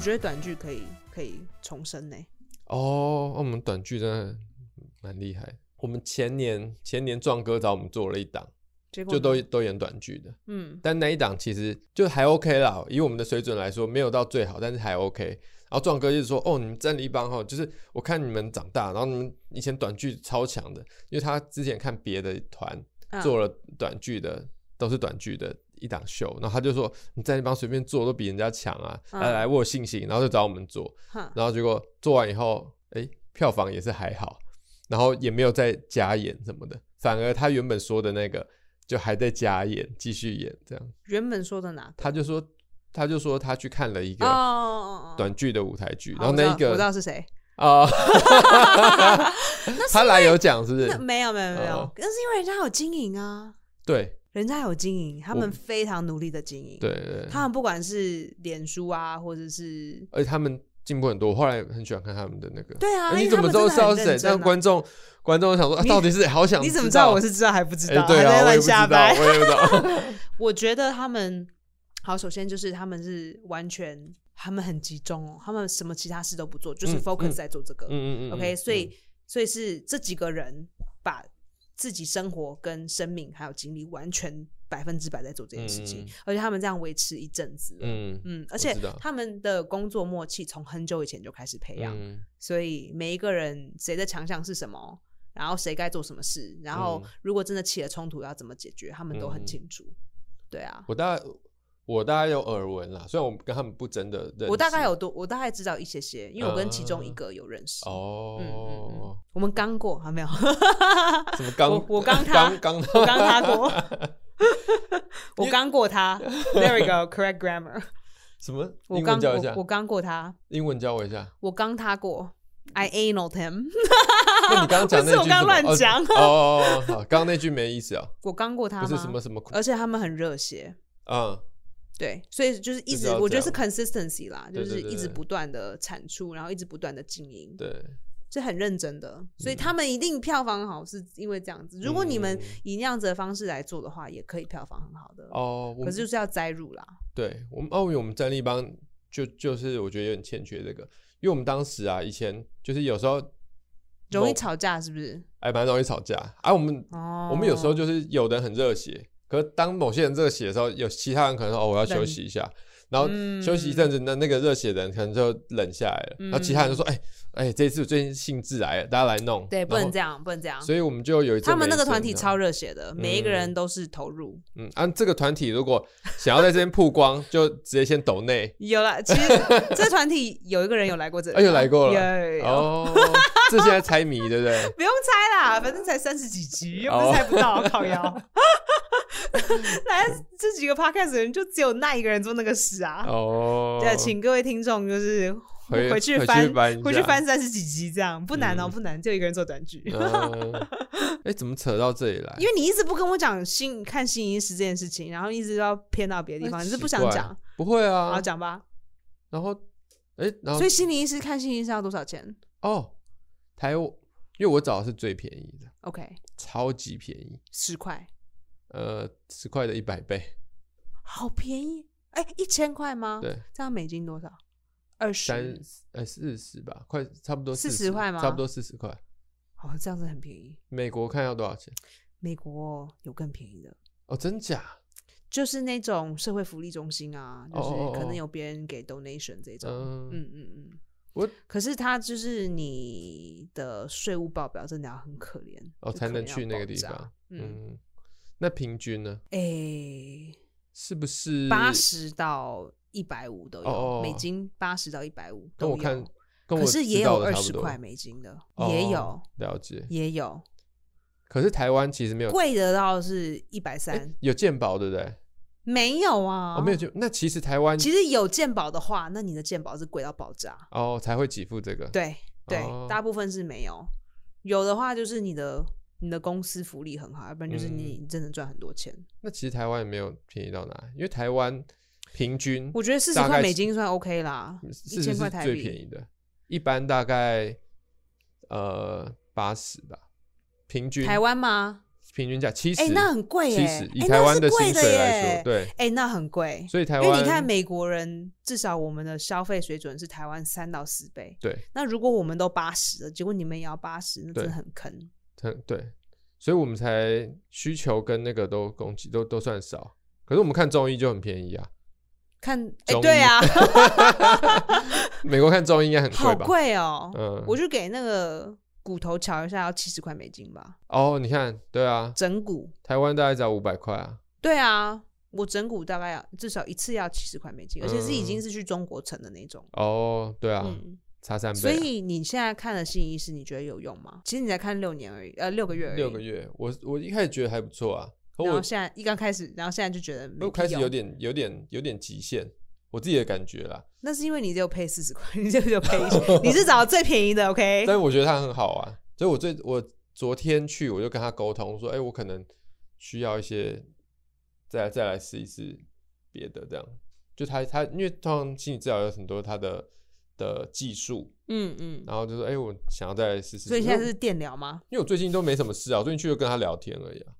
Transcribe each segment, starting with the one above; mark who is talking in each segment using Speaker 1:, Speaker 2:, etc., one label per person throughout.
Speaker 1: 觉得短剧可以可以重生呢、
Speaker 2: 哦，我们短剧真的蛮厉害。我们前年前年壮哥找我们做了一档，
Speaker 1: 结果
Speaker 2: 就
Speaker 1: 呢
Speaker 2: 都都演短剧的，
Speaker 1: 嗯
Speaker 2: 但那一档其实就还 OK 啦，以我们的水准来说，没有到最好，但是还 OK。然后壮哥就是说，哦，你们战力帮哈，就是我看你们长大，然后你们以前短剧超强的，因为他之前看别的团
Speaker 1: 啊
Speaker 2: 做了短剧的，都是短剧的一档秀，然后他就说，你战力帮随便做都比人家强啊，
Speaker 1: 嗯
Speaker 2: 来来，我有信心，然后就找我们做，
Speaker 1: 哈
Speaker 2: 然后结果做完以后，哎，票房也是还好，然后也没有再加演什么的，反而他原本说的那个就还在加演，继续演这样。
Speaker 1: 原本说的哪
Speaker 2: 他就说，他就说他去看了一
Speaker 1: 哦
Speaker 2: 个
Speaker 1: 哦哦哦，
Speaker 2: 短剧的舞台剧，
Speaker 1: 好
Speaker 2: 然后
Speaker 1: 我知
Speaker 2: 那
Speaker 1: 道
Speaker 2: 一
Speaker 1: 我知
Speaker 2: 个
Speaker 1: 道是谁，
Speaker 2: 啊，他来有讲是不
Speaker 1: 那
Speaker 2: 是？
Speaker 1: 没有没有没有
Speaker 2: 哦，
Speaker 1: 那、是因为人家有经营啊，
Speaker 2: 对
Speaker 1: 人家有经营，他
Speaker 2: 我
Speaker 1: 们非常努力的经营，
Speaker 2: 对对，
Speaker 1: 他们不管是脸书啊，或者是
Speaker 2: 而且他们进步很多，我后来很喜欢看他们的那个。
Speaker 1: 对啊，
Speaker 2: 哎
Speaker 1: 因
Speaker 2: 你
Speaker 1: 为
Speaker 2: 怎么
Speaker 1: 他们
Speaker 2: 知道
Speaker 1: 真的很
Speaker 2: 是要谁
Speaker 1: 认？真啊
Speaker 2: 但观众观众想说，啊
Speaker 1: 你
Speaker 2: 到底是谁？好想
Speaker 1: 你怎么知道我是知道还不知
Speaker 2: 哎
Speaker 1: 道？
Speaker 2: 对
Speaker 1: 还
Speaker 2: 啊，
Speaker 1: 在
Speaker 2: 我也
Speaker 1: 乱
Speaker 2: 不知
Speaker 1: 瞎
Speaker 2: 道，
Speaker 1: 掰。
Speaker 2: 我也不知道。
Speaker 1: 我觉得他们好，首先就是他们是完全，他们很集中哦，他们什么其他事都不做，就是
Speaker 2: 嗯
Speaker 1: focus
Speaker 2: 嗯
Speaker 1: 在做这个。
Speaker 2: 嗯嗯嗯嗯
Speaker 1: OK，所
Speaker 2: 嗯
Speaker 1: 以所以是这几个人把自己生活跟生命还有精力完全百分之百在做这件事情，
Speaker 2: 嗯嗯
Speaker 1: 而且他们这样维持一阵子了。嗯
Speaker 2: 嗯
Speaker 1: 而且
Speaker 2: 知道
Speaker 1: 他们的工作默契从很久以前就开始培养，
Speaker 2: 嗯
Speaker 1: 所以每一个人谁的强项是什么，然后谁该做什么事，然后
Speaker 2: 嗯
Speaker 1: 如果真的起了冲突要怎么解决，他们都很
Speaker 2: 嗯
Speaker 1: 清楚。对啊，
Speaker 2: 我大概我大概有耳闻啦，虽然我跟他们不真的认识，
Speaker 1: 我大概有多，我大概知道一些些，因为我跟其中一
Speaker 2: 啊
Speaker 1: 个有认识。嗯嗯嗯
Speaker 2: 哦，，
Speaker 1: 我们刚过，啊还没有。
Speaker 2: 什么刚
Speaker 1: 我 我刚他
Speaker 2: 刚刚
Speaker 1: 我刚他过， 我刚过他。There we go, correct grammar
Speaker 2: 什么
Speaker 1: 我
Speaker 2: 英
Speaker 1: 刚
Speaker 2: 文教一下
Speaker 1: 我我，刚过他，
Speaker 2: 英文教我 一下。
Speaker 1: 我刚他过。I anal him，
Speaker 2: 那你刚刚讲
Speaker 1: 不
Speaker 2: 那句
Speaker 1: 是我刚刚
Speaker 2: 什么
Speaker 1: 乱讲啊
Speaker 2: 哦哦哦，哦好，刚刚那句没意思啊，
Speaker 1: 我刚过他
Speaker 2: 不是
Speaker 1: 吗
Speaker 2: 什么什么
Speaker 1: 而且他们很热血，
Speaker 2: 啊，
Speaker 1: 对，所以就是一
Speaker 2: 就是
Speaker 1: 直
Speaker 2: 要
Speaker 1: 我觉得是
Speaker 2: 这
Speaker 1: consistency 啦，就
Speaker 2: 对
Speaker 1: 是
Speaker 2: 对对嗯
Speaker 1: 一直
Speaker 2: 对
Speaker 1: 不断的产出，然后一直不断的经营，
Speaker 2: 对，
Speaker 1: 是很认真的。所以他们一定票房好，是因为这样子。如果你们
Speaker 2: 嗯
Speaker 1: 以那样子的方式来做的话，也可以票房很好的。
Speaker 2: 哦，我
Speaker 1: 可
Speaker 2: 们
Speaker 1: 是就是要栽入啦，
Speaker 2: 对我们哦奥运，我们战力帮就就是我觉得有点欠缺这个，因为我们当时啊，以前就是有时候
Speaker 1: 容易
Speaker 2: 某
Speaker 1: 吵架是不是？
Speaker 2: 哎蛮容易吵架，啊，我们
Speaker 1: 哦，
Speaker 2: 我们有时候就是有的人很热血，可是当某些人热血的时候，有其他人可能说哦我要休息一下，然后
Speaker 1: 嗯
Speaker 2: 休息一阵子，那那个热血的人可能就冷下来了，
Speaker 1: 嗯
Speaker 2: 然后其他人就说哎哎这次我最近兴致来了，大家来弄，
Speaker 1: 对，不能这
Speaker 2: 样，
Speaker 1: 样，不能这样。
Speaker 2: 所以我们就有一阵
Speaker 1: 他们那个
Speaker 2: 没声
Speaker 1: 团体
Speaker 2: 了
Speaker 1: 超热血的，每一个人都是投入。
Speaker 2: 嗯啊这个团体如果想要在这边曝光，就直接先抖内
Speaker 1: 有了，其 实这团体有一个人有来过这里，啊
Speaker 2: 哎有来过了
Speaker 1: 有有有
Speaker 2: 哦，这现在猜谜对不 对？
Speaker 1: 不用猜啦，反正才三十几集，又不是
Speaker 2: 哦
Speaker 1: 猜不到，靠腰。 来这几个 podcast 的人，就只有那一个人做那个事啊。
Speaker 2: 哦，
Speaker 1: 对，请各位听众就是
Speaker 2: 回
Speaker 1: 回去
Speaker 2: 回去
Speaker 1: 翻
Speaker 2: 翻一下
Speaker 1: 回去翻三十几集，这样不难哦，
Speaker 2: 嗯
Speaker 1: 不难，就一个人做短剧。
Speaker 2: 嗯 哎怎么扯到这里来
Speaker 1: 因？为你一直不跟我讲新看新医师这件事情，然后一直要偏到别的地方，
Speaker 2: 哎
Speaker 1: 你是不
Speaker 2: 奇
Speaker 1: 想
Speaker 2: 怪
Speaker 1: 讲？
Speaker 2: 不会
Speaker 1: 好
Speaker 2: 啊，
Speaker 1: 讲吧。
Speaker 2: 然后哎然后
Speaker 1: 所以心理医师看心理医师要多少钱
Speaker 2: 哦，台湾，因为我找的是最便宜的，
Speaker 1: ？OK，
Speaker 2: 超级便宜，
Speaker 1: 十块，
Speaker 2: 呃，十块的一百倍，
Speaker 1: 好便宜。哎、一千块吗？
Speaker 2: 对，
Speaker 1: 这样美金多少？二
Speaker 2: 三
Speaker 1: 十。
Speaker 2: 呃四十吧，快差不多
Speaker 1: 40块吗
Speaker 2: 差不多四十块。
Speaker 1: 哦，这样子很便宜。
Speaker 2: 美国看要多少钱？
Speaker 1: 美国有更便宜的，
Speaker 2: 哦，真假？
Speaker 1: 就是那种社会福利中心啊，就
Speaker 2: 哦哦哦
Speaker 1: 是可能
Speaker 2: 哦
Speaker 1: 有别人给 donation 这种。
Speaker 2: 嗯
Speaker 1: 嗯嗯嗯。
Speaker 2: 我
Speaker 1: 可是它就是你的税务报表真的要很可怜
Speaker 2: 哦
Speaker 1: 就
Speaker 2: 才
Speaker 1: 可能
Speaker 2: 能去
Speaker 1: 要
Speaker 2: 那
Speaker 1: 爆
Speaker 2: 个地
Speaker 1: 炸
Speaker 2: 方。
Speaker 1: 嗯，
Speaker 2: 嗯，那平均呢？
Speaker 1: 哎，
Speaker 2: 嗯是不是
Speaker 1: 八？十到一百五都有，
Speaker 2: 哦哦哦
Speaker 1: 美金八十到一百五都有。
Speaker 2: 跟我看，跟我
Speaker 1: 可是也
Speaker 2: 知
Speaker 1: 有
Speaker 2: 道的
Speaker 1: 二
Speaker 2: 差不
Speaker 1: 十
Speaker 2: 多
Speaker 1: 块，美金的，
Speaker 2: 哦
Speaker 1: 也有
Speaker 2: 了解。
Speaker 1: 也有
Speaker 2: 可是台湾其实没有，
Speaker 1: 贵的到是一百三，
Speaker 2: 有健保对不对？
Speaker 1: 没有啊，
Speaker 2: 哦，没有。健，那其实台湾
Speaker 1: 其实有健保的话，那你的健保是贵到爆炸。
Speaker 2: 哦才会给付这个。
Speaker 1: 对对，
Speaker 2: 哦
Speaker 1: 大部分是没有，有的话就是你的你的公司福利很好，要不然就是
Speaker 2: 嗯
Speaker 1: 你真的赚很多钱。
Speaker 2: 那其实台湾也没有便宜到哪，因为台湾平均
Speaker 1: 我觉得四十
Speaker 2: 大
Speaker 1: 块
Speaker 2: 概
Speaker 1: 美
Speaker 2: 是嗯
Speaker 1: 金算 OK 啦，一
Speaker 2: 四十
Speaker 1: 千块
Speaker 2: 是
Speaker 1: 台
Speaker 2: 最便
Speaker 1: 币。
Speaker 2: 宜的，一般大概呃八十吧，平均
Speaker 1: 台湾吗？
Speaker 2: 平均价七十，
Speaker 1: 哎、那很贵耶、
Speaker 2: 七
Speaker 1: 哎
Speaker 2: 十，以
Speaker 1: 那
Speaker 2: 台湾
Speaker 1: 是
Speaker 2: 的
Speaker 1: 贵
Speaker 2: 薪水来
Speaker 1: 耶
Speaker 2: 说，对，
Speaker 1: 哎、那很贵。
Speaker 2: 所以台
Speaker 1: 因
Speaker 2: 湾
Speaker 1: 为你看美国人，至少我们的消费水准是台湾三到四倍。
Speaker 2: 对，
Speaker 1: 那如果我们都八十了，结果你们也要八十，那真
Speaker 2: 对
Speaker 1: 的很坑。
Speaker 2: 很对，所以我们才需求跟那个都供给都都算少。可是我们看中医就很便宜啊，
Speaker 1: 看，哎、
Speaker 2: 中
Speaker 1: 对
Speaker 2: 医
Speaker 1: 啊，
Speaker 2: 美国看中医应该很
Speaker 1: 好
Speaker 2: 吧？
Speaker 1: 贵哦、
Speaker 2: 嗯，
Speaker 1: 我就给那个骨头瞧一下，要七十块美金吧，
Speaker 2: 哦，你看，对啊，
Speaker 1: 整骨。
Speaker 2: 台湾大概只要五百块啊，
Speaker 1: 对啊，我整骨大概要至少一次要七十块美金，而且是已经
Speaker 2: 嗯
Speaker 1: 是去中国城的那种。
Speaker 2: 哦，对啊，
Speaker 1: 嗯，
Speaker 2: 差三倍啊，
Speaker 1: 所以你现在看了心理医师，你觉得有用吗？其实你才看六年而已，呃，六个月而已。
Speaker 2: 六个。月，我我一开始觉得还不错啊，可
Speaker 1: 然
Speaker 2: 我
Speaker 1: 后现在一刚开始，然后现在就觉得没必
Speaker 2: 我哦开始
Speaker 1: 要
Speaker 2: 有，点有点有点极限，我自己的感觉啦。
Speaker 1: 那是因为你只有配四十块，你就只有配一些，你是找最便宜的，OK？
Speaker 2: 但我觉得它很好玩，所以我最我昨天去我就跟他沟通说，哎、我可能需要一些，再来再来试一试别的这样。就他他因为通常心理治疗有很多他的的技术，
Speaker 1: 嗯嗯。
Speaker 2: 然后就说，哎、我想要再来试试。
Speaker 1: 所以
Speaker 2: 因
Speaker 1: 现在
Speaker 2: 为
Speaker 1: 是电疗吗？
Speaker 2: 因为我最近都没什么事啊，我最近去就跟他聊天而已啊，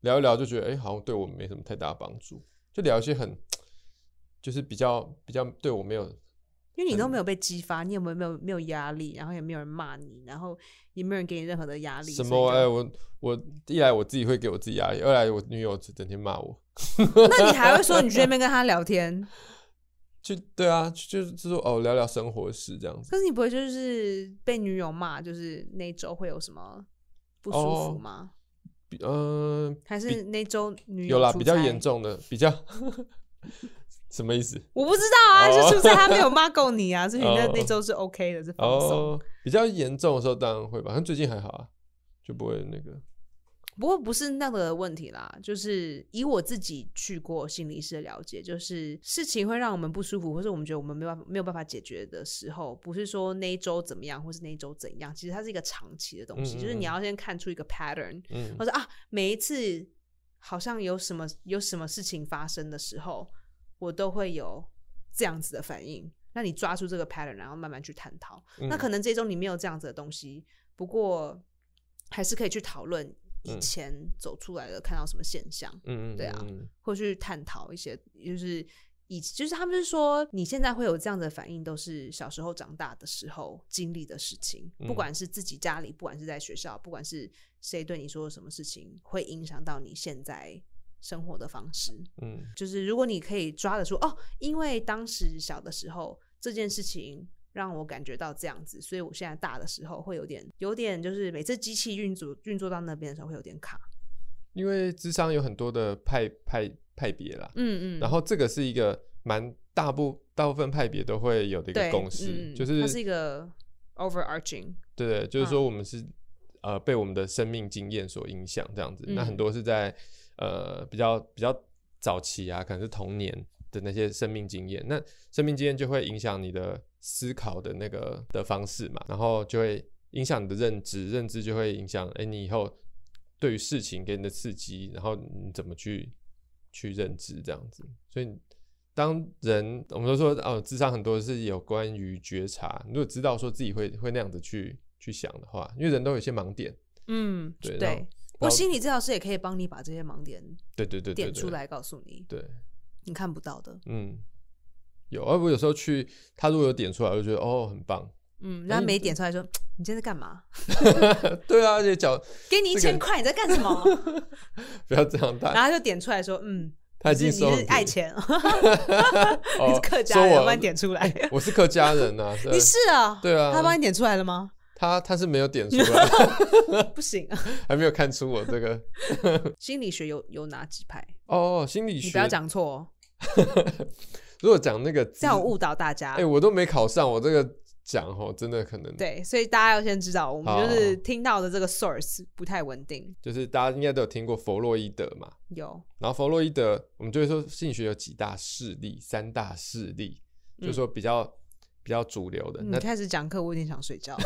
Speaker 2: 聊一聊就觉得，哎、好像对我没什么太大的帮助，就聊一些很就是比较比较对我没有
Speaker 1: 因为你都
Speaker 2: 嗯
Speaker 1: 没有被激发，你有没有没有没有压力，然后也没有人骂你，然后也没有人给你任何的压力。所
Speaker 2: 什
Speaker 1: 以
Speaker 2: 么？
Speaker 1: 就
Speaker 2: 哎、我我一来我自己会给我自己压力，二来我女友整天骂哎我，
Speaker 1: 那你还会说你去那边跟他聊天？
Speaker 2: 就对啊，就就是说哦，聊聊生活事这样子。
Speaker 1: 可是你不会就是被女友骂，就是那一周会有什么不舒服
Speaker 2: 哦
Speaker 1: 吗？
Speaker 2: 比嗯、
Speaker 1: 还是那周女友
Speaker 2: 有啦，
Speaker 1: 出
Speaker 2: 比较
Speaker 1: 差
Speaker 2: 严？重的，比较 什么意思？
Speaker 1: 我不知道啊，就
Speaker 2: 哦
Speaker 1: 是不是他没有骂够你啊？所以你那
Speaker 2: 哦
Speaker 1: 那周是 OK 的，是放松。
Speaker 2: 哦，比较严重的时候当然会吧，但最近还好啊，就不会那个。
Speaker 1: 不过不是那个问题啦，就是以我自己去过心理师的了解，就是事情会让我们不舒服，或是我们觉得我们没有办法没有办法解决的时候，不是说那一周怎么样，或是那一周怎样，其实它是一个长期的东西，
Speaker 2: 嗯嗯
Speaker 1: 就是你
Speaker 2: 嗯
Speaker 1: 要先看出一个 pattern，
Speaker 2: 嗯
Speaker 1: 或者啊，每一次好像有什么有什么事情发生的时候，我都会有这样子的反应。那你抓住这个 pattern，然后慢慢去探讨。那
Speaker 2: 嗯
Speaker 1: 可能这周你没有这样子的东西，不过还是可以去讨论以
Speaker 2: 嗯
Speaker 1: 前走出来的看到什么现象，
Speaker 2: 嗯嗯
Speaker 1: 对啊
Speaker 2: 嗯嗯
Speaker 1: 或去探讨一些就是。以就是他们是说，你现在会有这样的反应，都是小时候长大的时候经历的事情，不
Speaker 2: 嗯
Speaker 1: 管是自己家里，不管是在学校，不管是谁对你说什么事情，会影响到你现在生活的方式。
Speaker 2: 嗯
Speaker 1: 就是如果你可以抓得住哦，因为当时小的时候这件事情让我感觉到这样子，所以我现在大的时候会有点有点就是每次机器运作运作到那边的时候会有点卡。
Speaker 2: 因为智商有很多的派派派别啦，
Speaker 1: 嗯嗯，
Speaker 2: 然后这个是一个蛮大部大部分派别都会有的一个
Speaker 1: 对
Speaker 2: 共识，
Speaker 1: 嗯嗯
Speaker 2: 就
Speaker 1: 它是一个 overarching。
Speaker 2: 对对，就是
Speaker 1: 嗯
Speaker 2: 说我们是、呃被我们的生命经验所影响这样子。那很
Speaker 1: 嗯
Speaker 2: 多是在呃比较比较早期啊，可能是童年的那些生命经验，那生命经验就会影响你的思考的那个的方式嘛，然后就会影响你的认知，认知就会影响哎你以后对于事情给你的刺激，然后你怎么去去认知这样子，所以。当人，我们都说哦，智商很多是有关于觉察。如果知道说自己会会那样子去去想的话，因为人都有一些盲点，
Speaker 1: 嗯，
Speaker 2: 对然后
Speaker 1: 对。不过心理治疗师也可以帮你把这些盲点
Speaker 2: 对对对对
Speaker 1: 点
Speaker 2: 对
Speaker 1: 出，来，告诉你
Speaker 2: 对，
Speaker 1: 你看不到的。
Speaker 2: 嗯，有。而我有时候去，他如果有点出来，我就觉得哦，很棒，
Speaker 1: 嗯，然后
Speaker 2: 哎
Speaker 1: 没点出来说你今天在干嘛？
Speaker 2: 对啊，而且脚
Speaker 1: 给你一
Speaker 2: 这个
Speaker 1: 千块，你在干什 么？
Speaker 2: 不要这样大，
Speaker 1: 然后他就点出来说，嗯，
Speaker 2: 他已
Speaker 1: 你
Speaker 2: 经
Speaker 1: 是
Speaker 2: 收
Speaker 1: 你
Speaker 2: 很
Speaker 1: 是
Speaker 2: 多
Speaker 1: 爱，钱，你
Speaker 2: 哦
Speaker 1: 是客家
Speaker 2: 说
Speaker 1: 人，
Speaker 2: 我
Speaker 1: 我 帮你点出来。
Speaker 2: 我是客家人 啊， 对
Speaker 1: 你是啊？
Speaker 2: 对啊，
Speaker 1: 他帮你点出来了 吗？
Speaker 2: 他他是没有点出 来，
Speaker 1: 不行，啊
Speaker 2: 还没有看出我这个
Speaker 1: 心理学有有哪几派？
Speaker 2: 哦，心理学。
Speaker 1: 你不要，讲错哦，
Speaker 2: 如果讲那个
Speaker 1: 这样我误导大家
Speaker 2: 哎、。我都没考上，我这个奖哦，真的可能
Speaker 1: 对，所以大家要先知道，我们就是
Speaker 2: 好
Speaker 1: 听到的这个 source 不太稳定。
Speaker 2: 就是大家应该都有听过弗洛伊德嘛。
Speaker 1: 有，
Speaker 2: 然后弗洛伊德，我们就会说心理学有几大势力，三大势力，
Speaker 1: 嗯
Speaker 2: 就是说比较、比较主流的。
Speaker 1: 你
Speaker 2: 那
Speaker 1: 嗯开始讲课，我有点想睡觉。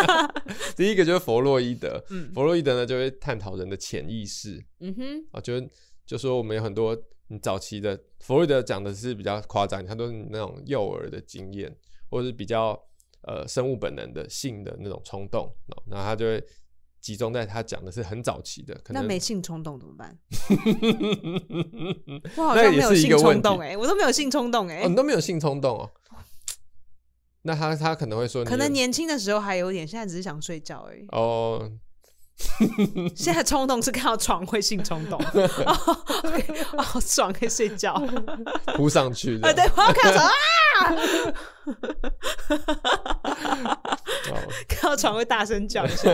Speaker 2: 第一个就是弗洛伊德，
Speaker 1: 嗯
Speaker 2: 弗洛伊德呢就会探讨人的潜意识
Speaker 1: 嗯哼，
Speaker 2: 啊，就是就说我们有很多你早期的弗洛伊德讲的是比较夸张，他都是那种幼儿的经验，或者是比较呃生物本能的性的那种冲动，哦然后他就会集中在他讲的是很早期的，可
Speaker 1: 那
Speaker 2: 能
Speaker 1: 没性冲动怎么 办？我好像没
Speaker 2: 也
Speaker 1: 有
Speaker 2: 是一
Speaker 1: 性
Speaker 2: 个
Speaker 1: 冲
Speaker 2: 问
Speaker 1: 动
Speaker 2: 题
Speaker 1: 哎、我都没有性冲动哎、
Speaker 2: 哦，你都没有性冲动哦。那他他可能会说你有，
Speaker 1: 可能年轻的时候还有点，现在只是想睡觉而已。
Speaker 2: 哦，
Speaker 1: 现在冲动是看到床会性冲 动，哦，OK，哦，好爽可以睡觉。 啊，
Speaker 2: 扑上去的。
Speaker 1: 对，我要看到 床，啊
Speaker 2: 哦，
Speaker 1: 看到床会大声叫一 下。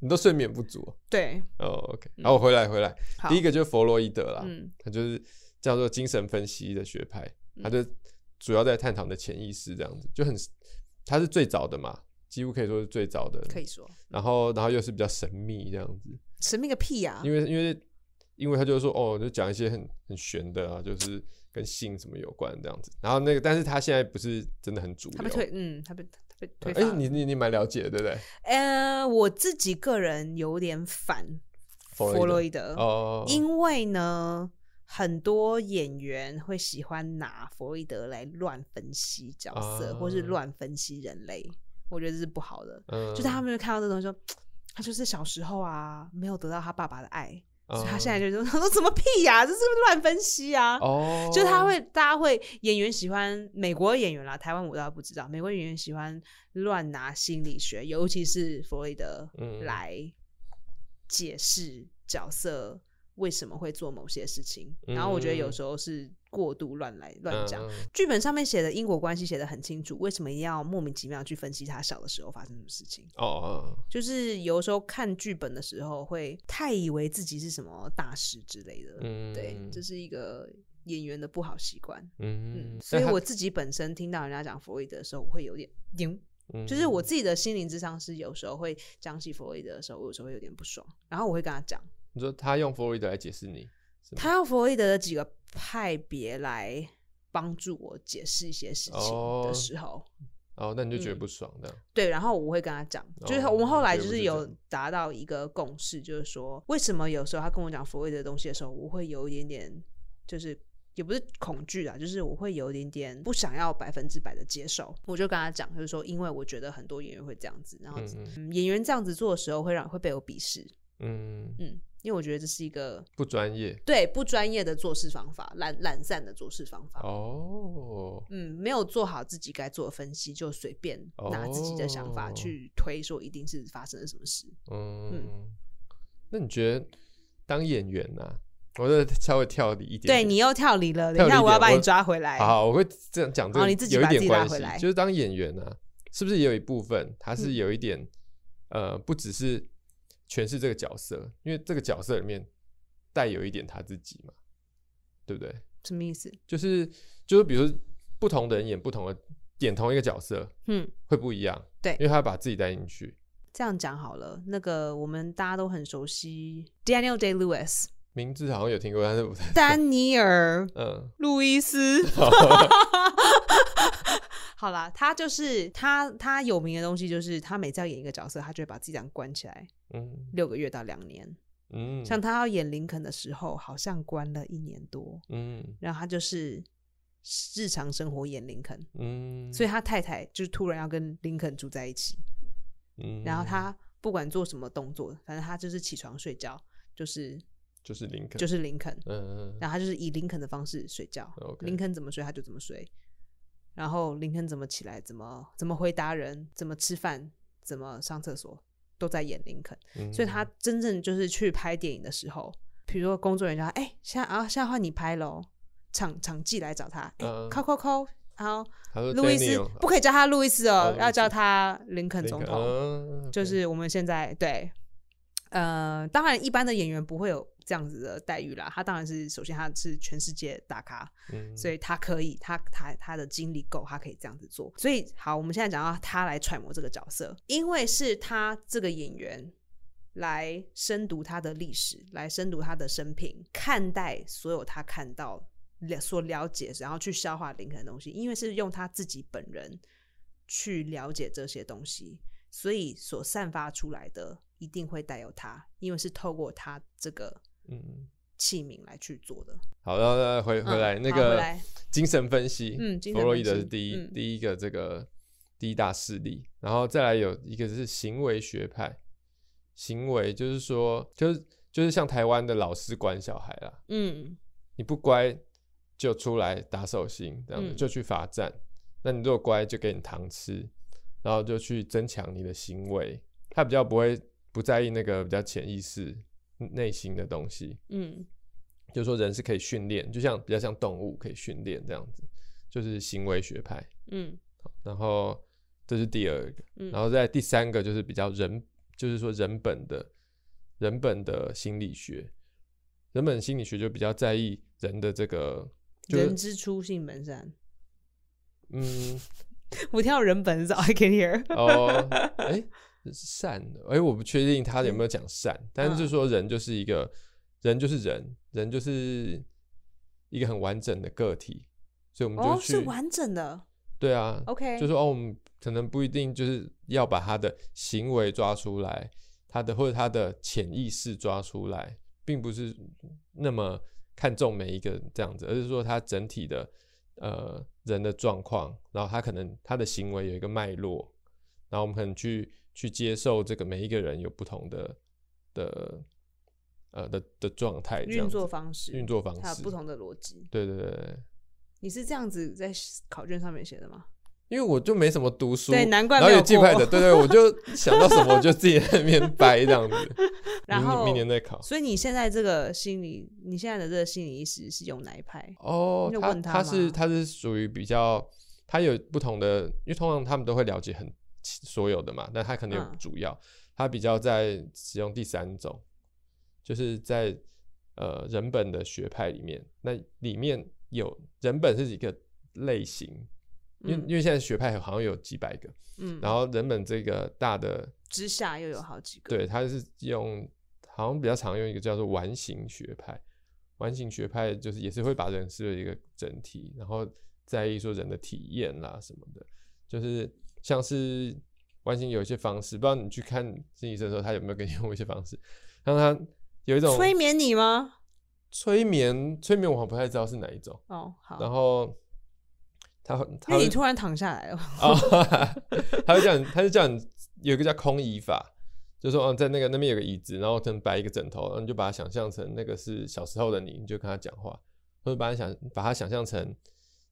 Speaker 2: 你都睡眠不足
Speaker 1: 对，
Speaker 2: 哦。OK，好，
Speaker 1: 嗯
Speaker 2: 我回来回来。
Speaker 1: 好
Speaker 2: 第一个就是弗洛伊德啦，
Speaker 1: 嗯
Speaker 2: 他就是叫做精神分析的学派，他就主要在探讨你的潜意识这样子，就很他是最早的嘛，几乎可以说是最早的。
Speaker 1: 可以说
Speaker 2: 然后，然后又是比较神秘这样子，
Speaker 1: 神秘个屁呀、
Speaker 2: 因为因为因为他就说哦，就讲一些很很玄的啊，就是跟性什么有关这样子。然后那个，但是他现在不是真的很主流。
Speaker 1: 他被推，嗯，他被他被推翻
Speaker 2: 哎、
Speaker 1: 了。
Speaker 2: 你你你蛮了解的对不对？
Speaker 1: 呃，我自己个人有点反
Speaker 2: 弗
Speaker 1: 弗洛
Speaker 2: 伊
Speaker 1: 伊德，
Speaker 2: 德哦，
Speaker 1: 呃因为呢，很多演员会喜欢拿弗洛伊德来乱分析角色，或是
Speaker 2: 啊
Speaker 1: 乱分析人类，我觉得这是不好的。
Speaker 2: 嗯
Speaker 1: 就他们就看到这种说，他就是小时候啊，没有得到他爸爸的爱，所以他
Speaker 2: 嗯
Speaker 1: 现在就说， 他说什么屁呀、这是不是乱分析啊？
Speaker 2: 哦，
Speaker 1: 就他会，大家会演员喜欢美国演员啦，台湾我倒不知道。美国演员喜欢乱拿心理学，尤其是弗洛伊德
Speaker 2: 嗯
Speaker 1: 来解释角色为什么会做某些事情。然后我觉得有时候是过度乱来乱讲。
Speaker 2: 嗯
Speaker 1: 剧本上面写的因果关系写的很清楚，为什么要莫名其妙去分析他小的时候发生什么事情？
Speaker 2: 哦哦，哦
Speaker 1: 就是有时候看剧本的时候会太以为自己是什么大师之类的，
Speaker 2: 嗯，
Speaker 1: 对，这是一个演员的不好习惯。
Speaker 2: 嗯
Speaker 1: 嗯，，所以
Speaker 2: 但他
Speaker 1: 我自己本身听到人家讲弗洛伊德的时候，我会有点嗯就是我自己的心灵智商师有时候会讲起弗洛伊德的时候，我有时候会有点不爽，然后我会跟他讲，
Speaker 2: 你说他用弗洛伊德来解释你，是吗
Speaker 1: 他用弗洛伊德的几个派别来帮助我解释一些事情
Speaker 2: 哦
Speaker 1: 的时候，
Speaker 2: 哦，那你就觉得
Speaker 1: 嗯
Speaker 2: 不爽这样，
Speaker 1: 对，然后我会跟他讲，就是
Speaker 2: 哦
Speaker 1: 我们后来就
Speaker 2: 对我
Speaker 1: 是
Speaker 2: 是这
Speaker 1: 有
Speaker 2: 样
Speaker 1: 达到一个共识，就是说为什么有时候他跟我讲弗洛伊德的东西的时候，我会有一点点，就是也不是恐惧啊，就是我会有一点点不想要百分之百的接受。我就跟他讲，就是说，因为我觉得很多演员会这样子，然后、
Speaker 2: 嗯
Speaker 1: 嗯演员这样子做的时候会让会被我鄙视，
Speaker 2: 嗯，
Speaker 1: 嗯，因为我觉得这是一个
Speaker 2: 不专业
Speaker 1: 对不专业的做事方法，懒懒散的做事方法。
Speaker 2: 哦，
Speaker 1: 嗯，没有做好自己该做的分析，就随便拿自己的想法
Speaker 2: 哦
Speaker 1: 去推，说一定是发生了什么事。
Speaker 2: 嗯，那你觉得当演员呐、我就稍微跳离一点
Speaker 1: 对
Speaker 2: 点，
Speaker 1: 你又跳离了，等
Speaker 2: 跳
Speaker 1: 一下
Speaker 2: 离
Speaker 1: 我要
Speaker 2: 点
Speaker 1: 把你
Speaker 2: 我
Speaker 1: 抓回来。
Speaker 2: 好好，我会这样讲这
Speaker 1: 好
Speaker 2: 个，
Speaker 1: 你自己
Speaker 2: 有一
Speaker 1: 把自
Speaker 2: 点
Speaker 1: 己拉
Speaker 2: 关
Speaker 1: 回
Speaker 2: 系
Speaker 1: 来，嗯
Speaker 2: 就是当演员啊，是不是也有一部分他是有一点、呃，不只是诠释这个角色，因为这个角色里面带有一点他自己嘛，对不对？
Speaker 1: 什么意思？
Speaker 2: 就是就是，比如说不同的人演不同的演同一个角色
Speaker 1: 嗯，
Speaker 2: 会不一样，
Speaker 1: 对
Speaker 2: 因为他要把自己带进去。
Speaker 1: 这样讲好了。那个我们大家都很熟悉 Daniel Day Lewis，
Speaker 2: 名字好像有听过，但是我在
Speaker 1: 丹尼尔·
Speaker 2: 嗯，
Speaker 1: 路易斯。 好啦，他就是他，他有名的东西就是他每次要演一个角色，他就会把自己这样关起来
Speaker 2: 嗯
Speaker 1: 六个月到两年。
Speaker 2: 嗯，
Speaker 1: 像他要演林肯的时候，好像关了一年多，
Speaker 2: 嗯
Speaker 1: 然后他就是日常生活演林肯，
Speaker 2: 嗯，
Speaker 1: 所以他太太就是突然要跟林肯住在一起，
Speaker 2: 嗯
Speaker 1: 然后他不管做什么动作，反正他就是起床睡觉，就是
Speaker 2: 就是林肯，
Speaker 1: 就是林肯，
Speaker 2: 嗯嗯
Speaker 1: 然后他就是以林肯的方式睡觉
Speaker 2: OK
Speaker 1: 林肯怎么睡他就怎么睡，然后林肯怎么起来，怎么怎么回答人，怎么吃饭，怎么上厕所，都在演林肯，
Speaker 2: 嗯，
Speaker 1: 所以他真正就是去拍电影的时候，比如说工作人员叫他，哎、现在啊现在换你拍喽，场场记来找他，哎、
Speaker 2: 嗯
Speaker 1: 扣扣扣，好。
Speaker 2: 他说
Speaker 1: 路易斯
Speaker 2: Daniel，
Speaker 1: 不可以叫他路易斯
Speaker 2: 哦
Speaker 1: 哦
Speaker 2: 路，易斯
Speaker 1: 要叫他林肯
Speaker 2: 林
Speaker 1: 总
Speaker 2: 肯
Speaker 1: 统。
Speaker 2: 嗯
Speaker 1: 就
Speaker 2: OK
Speaker 1: 是我们现在对，呃，当然一般的演员不会有这样子的待遇啦。他当然是首先他是全世界大咖，
Speaker 2: 嗯
Speaker 1: 所以他可以，他他他的精力够，他可以这样子做。所以好，我们现在讲到他来揣摩这个角色，因为是他这个演员来深读他的历史，来深读他的生平，看待所有他看到、了所了解，然后去消化林肯的东西，因为是用他自己本人去了解这些东西，所以所散发出来的一定会带有他，因为是透过他这个
Speaker 2: 嗯，
Speaker 1: 器皿来去做的。
Speaker 2: 好，然后再回回来、
Speaker 1: 嗯
Speaker 2: 那
Speaker 1: 好回
Speaker 2: 个
Speaker 1: 来
Speaker 2: 精神分析，
Speaker 1: 嗯精神
Speaker 2: 弗洛
Speaker 1: 分
Speaker 2: 伊德
Speaker 1: 析
Speaker 2: 是第一、
Speaker 1: 嗯
Speaker 2: 第一个这个第一大势力，然后再来有一个是行为学派，行为，就是说，就是就是像台湾的老师管小孩啦，
Speaker 1: 嗯，
Speaker 2: 你不乖就出来打手心，这样子、
Speaker 1: 嗯
Speaker 2: 就去罚站。那你如果乖，就给你糖吃，然后就去增强你的行为。他比较不会不在意那个比较潜意识内心的东西，
Speaker 1: 嗯，
Speaker 2: 就是说人是可以训练，就像比较像动物可以训练这样子，就是行为学派。
Speaker 1: 嗯，
Speaker 2: 然后这是第二个，
Speaker 1: 嗯
Speaker 2: 然后在第三个就是比较人，就是说人本的人本的心理学，人本心理学就比较在意人的这个，就
Speaker 1: 人
Speaker 2: 是
Speaker 1: 之初性本善。
Speaker 2: 嗯
Speaker 1: 我听到人本是 I can hear。
Speaker 2: 哦，哎善，哎我不确定他有没有讲善，但是
Speaker 1: 嗯
Speaker 2: 就是说人就是一个人就是人，人就是一个很完整的个体，所以我们
Speaker 1: 哦
Speaker 2: 就，去、
Speaker 1: 是完整的。
Speaker 2: 对啊
Speaker 1: OK，
Speaker 2: 就说哦，我们可能不一定就是要把他的行为抓出来，他的或者他的潜意识抓出来，并不是那么看重每一个这样子，而是说他整体的呃人的状况，然后他可能他的行为有一个脉络，然后我们可能去去接受这个每一个人有不同的的呃的的状态，这
Speaker 1: 运
Speaker 2: 样
Speaker 1: 作
Speaker 2: 子
Speaker 1: 方式，
Speaker 2: 运作方
Speaker 1: 还有
Speaker 2: 式
Speaker 1: 不，同的逻辑。
Speaker 2: 对对对对。
Speaker 1: 你是这样子在考卷上面写的吗？
Speaker 2: 因为我就没什么读书，
Speaker 1: 对难怪
Speaker 2: 然后
Speaker 1: 没
Speaker 2: 也
Speaker 1: 有
Speaker 2: 记不
Speaker 1: 过
Speaker 2: 太得，对对，我就想到什么我就自己在那边掰这样子。
Speaker 1: 然
Speaker 2: 明年
Speaker 1: 后
Speaker 2: 明年再考
Speaker 1: 所以你现在这个心理，你现在的这个心理医师是用哪一派？
Speaker 2: 哦
Speaker 1: 你有，
Speaker 2: 他
Speaker 1: 问他
Speaker 2: 他是
Speaker 1: 吗
Speaker 2: 他是属于比较，他有不同的，因为通常他们都会了解很所有的嘛，但他可能有
Speaker 1: 嗯
Speaker 2: 主要，他比较在使用第三种，就是在呃人本的学派里面，那里面有人本是一个类型，因为、
Speaker 1: 嗯
Speaker 2: 因为现在学派好像有几百个，
Speaker 1: 嗯，
Speaker 2: 然后人本这个大的
Speaker 1: 之下又有好几个。
Speaker 2: 对，他是用好像比较常用一个叫做完形学派。完形学派就是也是会把人视为一个整体，然后在意说人的体验啦什么的，就是像是完形有一些方式，不知道你去看心理医生的时候，他有没有给你用一些方式，让他有一种
Speaker 1: 催眠你吗？
Speaker 2: 催眠，催眠我不太知道是哪一种，
Speaker 1: 哦，
Speaker 2: 然
Speaker 1: 好，
Speaker 2: 后他会他
Speaker 1: 因为
Speaker 2: 会
Speaker 1: 你突然躺下来了。
Speaker 2: 啊、 他会叫你，他就叫你有一个叫空椅法，就说哦，在那个那边有个椅子，然后可能摆一个枕头，然后你就把它想象成那个是小时候的你，你就跟他讲话，或者把它想把它想象成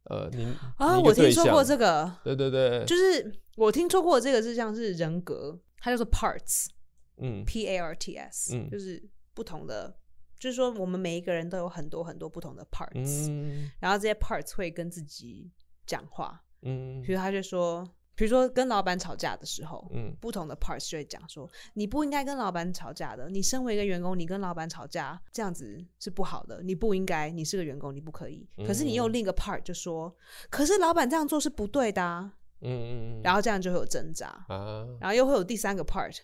Speaker 2: 呃你
Speaker 1: 啊，
Speaker 2: 你一
Speaker 1: 我
Speaker 2: 个
Speaker 1: 听
Speaker 2: 对
Speaker 1: 说
Speaker 2: 象，
Speaker 1: 过这个，
Speaker 2: 对对对，
Speaker 1: 就是我听说过这个是像是人格，它叫做 parts，p
Speaker 2: 嗯
Speaker 1: a r t s，、
Speaker 2: 嗯
Speaker 1: 就是不同的，就是说我们每一个人都有很多很多不同的 parts，、
Speaker 2: 嗯
Speaker 1: 然后这些 parts 会跟自己讲话，
Speaker 2: 嗯
Speaker 1: 比如他就说，比如说跟老板吵架的时候，
Speaker 2: 嗯
Speaker 1: 不同的 parts 就会讲说，你不应该跟老板吵架的。你身为一个员工，你跟老板吵架这样子是不好的，你不应该。你是个员工，你不可以。可是你又
Speaker 2: 嗯
Speaker 1: 另一个 part 就说，可是老板这样做是不对的、啊，
Speaker 2: 嗯嗯，
Speaker 1: 然后这样就会有挣扎，
Speaker 2: 啊，
Speaker 1: 然后又会有第三个 part，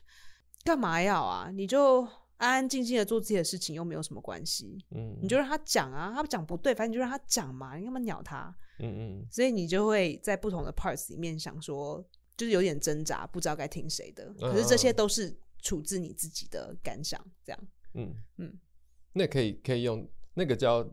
Speaker 1: 干嘛要啊？你就安安静静的做自己的事情，又没有什么关系。
Speaker 2: 嗯，
Speaker 1: 你就让他讲啊，他讲不对，反正你就让他讲嘛，你干嘛鸟他？
Speaker 2: 嗯嗯
Speaker 1: 所以你就会在不同的 parts 里面想说，就是有点挣扎，不知道该听谁的。
Speaker 2: 嗯
Speaker 1: 可是这些都是处置你自己的感想，这样。
Speaker 2: 嗯嗯，那可以可以用那个叫。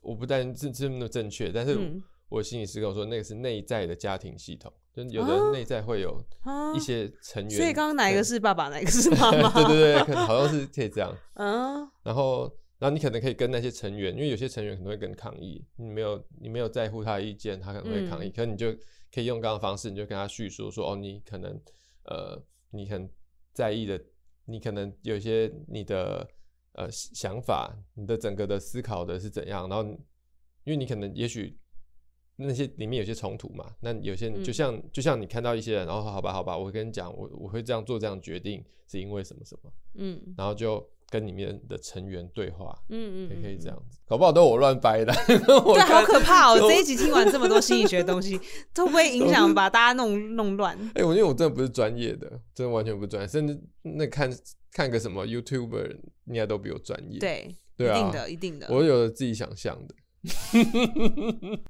Speaker 2: 我不但是这么正确，但是
Speaker 1: 嗯
Speaker 2: 我心理师跟我说，那个是内在的家庭系统，就是有
Speaker 1: 啊
Speaker 2: 的内在会有
Speaker 1: 啊
Speaker 2: 一，些成员。
Speaker 1: 所以刚刚哪一个是爸爸，哪一个是妈
Speaker 2: 可能？
Speaker 1: 妈？
Speaker 2: 对对对，可能好像是可以这样。
Speaker 1: 嗯
Speaker 2: 然后，然后你可能可以跟那些成员，因为有些成员可能会跟你抗议，你没有你没有在乎他的意见，他可能会抗议。可你就可以用刚刚的方式，你就跟他叙述说，哦，你可能呃，你很在意的，你可能有一些你的呃想法，你的整个的思考的是怎样，然后你因为你可能也许。那些里面有些冲突嘛，那有些你就
Speaker 1: 嗯
Speaker 2: 像、就像你看到一些人，然后好吧好吧，我跟你讲，我我会这样做这样决定是因为什么什么，
Speaker 1: 嗯
Speaker 2: 然后就跟里面的成员对话，
Speaker 1: 嗯
Speaker 2: 也
Speaker 1: 嗯，
Speaker 2: 可以这样子，搞不好都我乱掰的。 我
Speaker 1: 对，好
Speaker 2: 看，
Speaker 1: 可怕哦！
Speaker 2: 我
Speaker 1: 这一集听完这么多心理学的东 西，都不会影响把大家弄弄乱？
Speaker 2: 哎、我因为我真的不是专业的，真的完全不是专业，甚至那看看个什么 YouTuber，应该都比我专业。
Speaker 1: 对，
Speaker 2: 对啊
Speaker 1: 一定的，一定的。
Speaker 2: 我有自己想象的，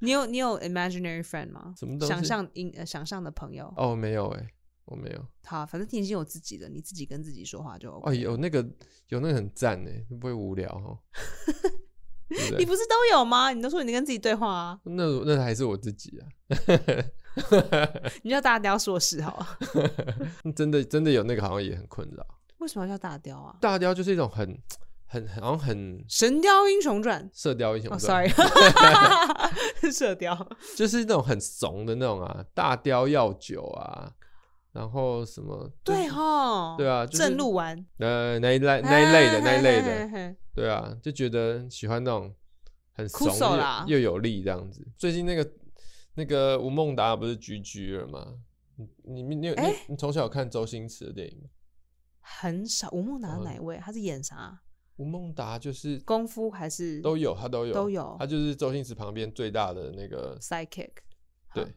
Speaker 1: 你有你有 imaginary friend 吗？
Speaker 2: 什么东西
Speaker 1: 想象影呃想象的朋友，
Speaker 2: 哦，没有哎、我没有。
Speaker 1: 好，啊反正你已经有自己的，你自己跟自己说话就 OK
Speaker 2: 哦，。有那个有那个很赞哎，不会无聊 哈。对不
Speaker 1: 你
Speaker 2: 对？
Speaker 1: 不是都有吗？你都说你跟自己对话啊，
Speaker 2: 那那还是我自己啊，
Speaker 1: 你叫大家都要硕士好了。
Speaker 2: 真的真的有那个好像也很困扰。
Speaker 1: 为什么要叫大雕啊？
Speaker 2: 大雕就是一种很、很、很好像很
Speaker 1: 《神雕英雄传》
Speaker 2: 射雕英雄
Speaker 1: 哦
Speaker 2: 传
Speaker 1: ，sorry，射 雕
Speaker 2: 就是那种很怂的那种啊，大雕药酒啊，然后什么就是
Speaker 1: 对嗯哈，
Speaker 2: 对啊就是
Speaker 1: 正路丸
Speaker 2: 呃那一类那一类的那一
Speaker 1: 嗯
Speaker 2: 类的，
Speaker 1: 的，
Speaker 2: 对啊，就觉得喜欢那种很怂
Speaker 1: 酷手啦
Speaker 2: 又又有力这样子。最近那个那个吴孟达不是居居了吗？你你你你有
Speaker 1: 哎
Speaker 2: 你你从小有看周星驰的电影吗？
Speaker 1: 很少。吴孟达是哪一位？他是演啥？
Speaker 2: 吴孟达就是
Speaker 1: 功夫还是
Speaker 2: 都有，他都有
Speaker 1: 都有
Speaker 2: 他就是周星驰旁边最大的那个
Speaker 1: psychic？
Speaker 2: 对
Speaker 1: 哈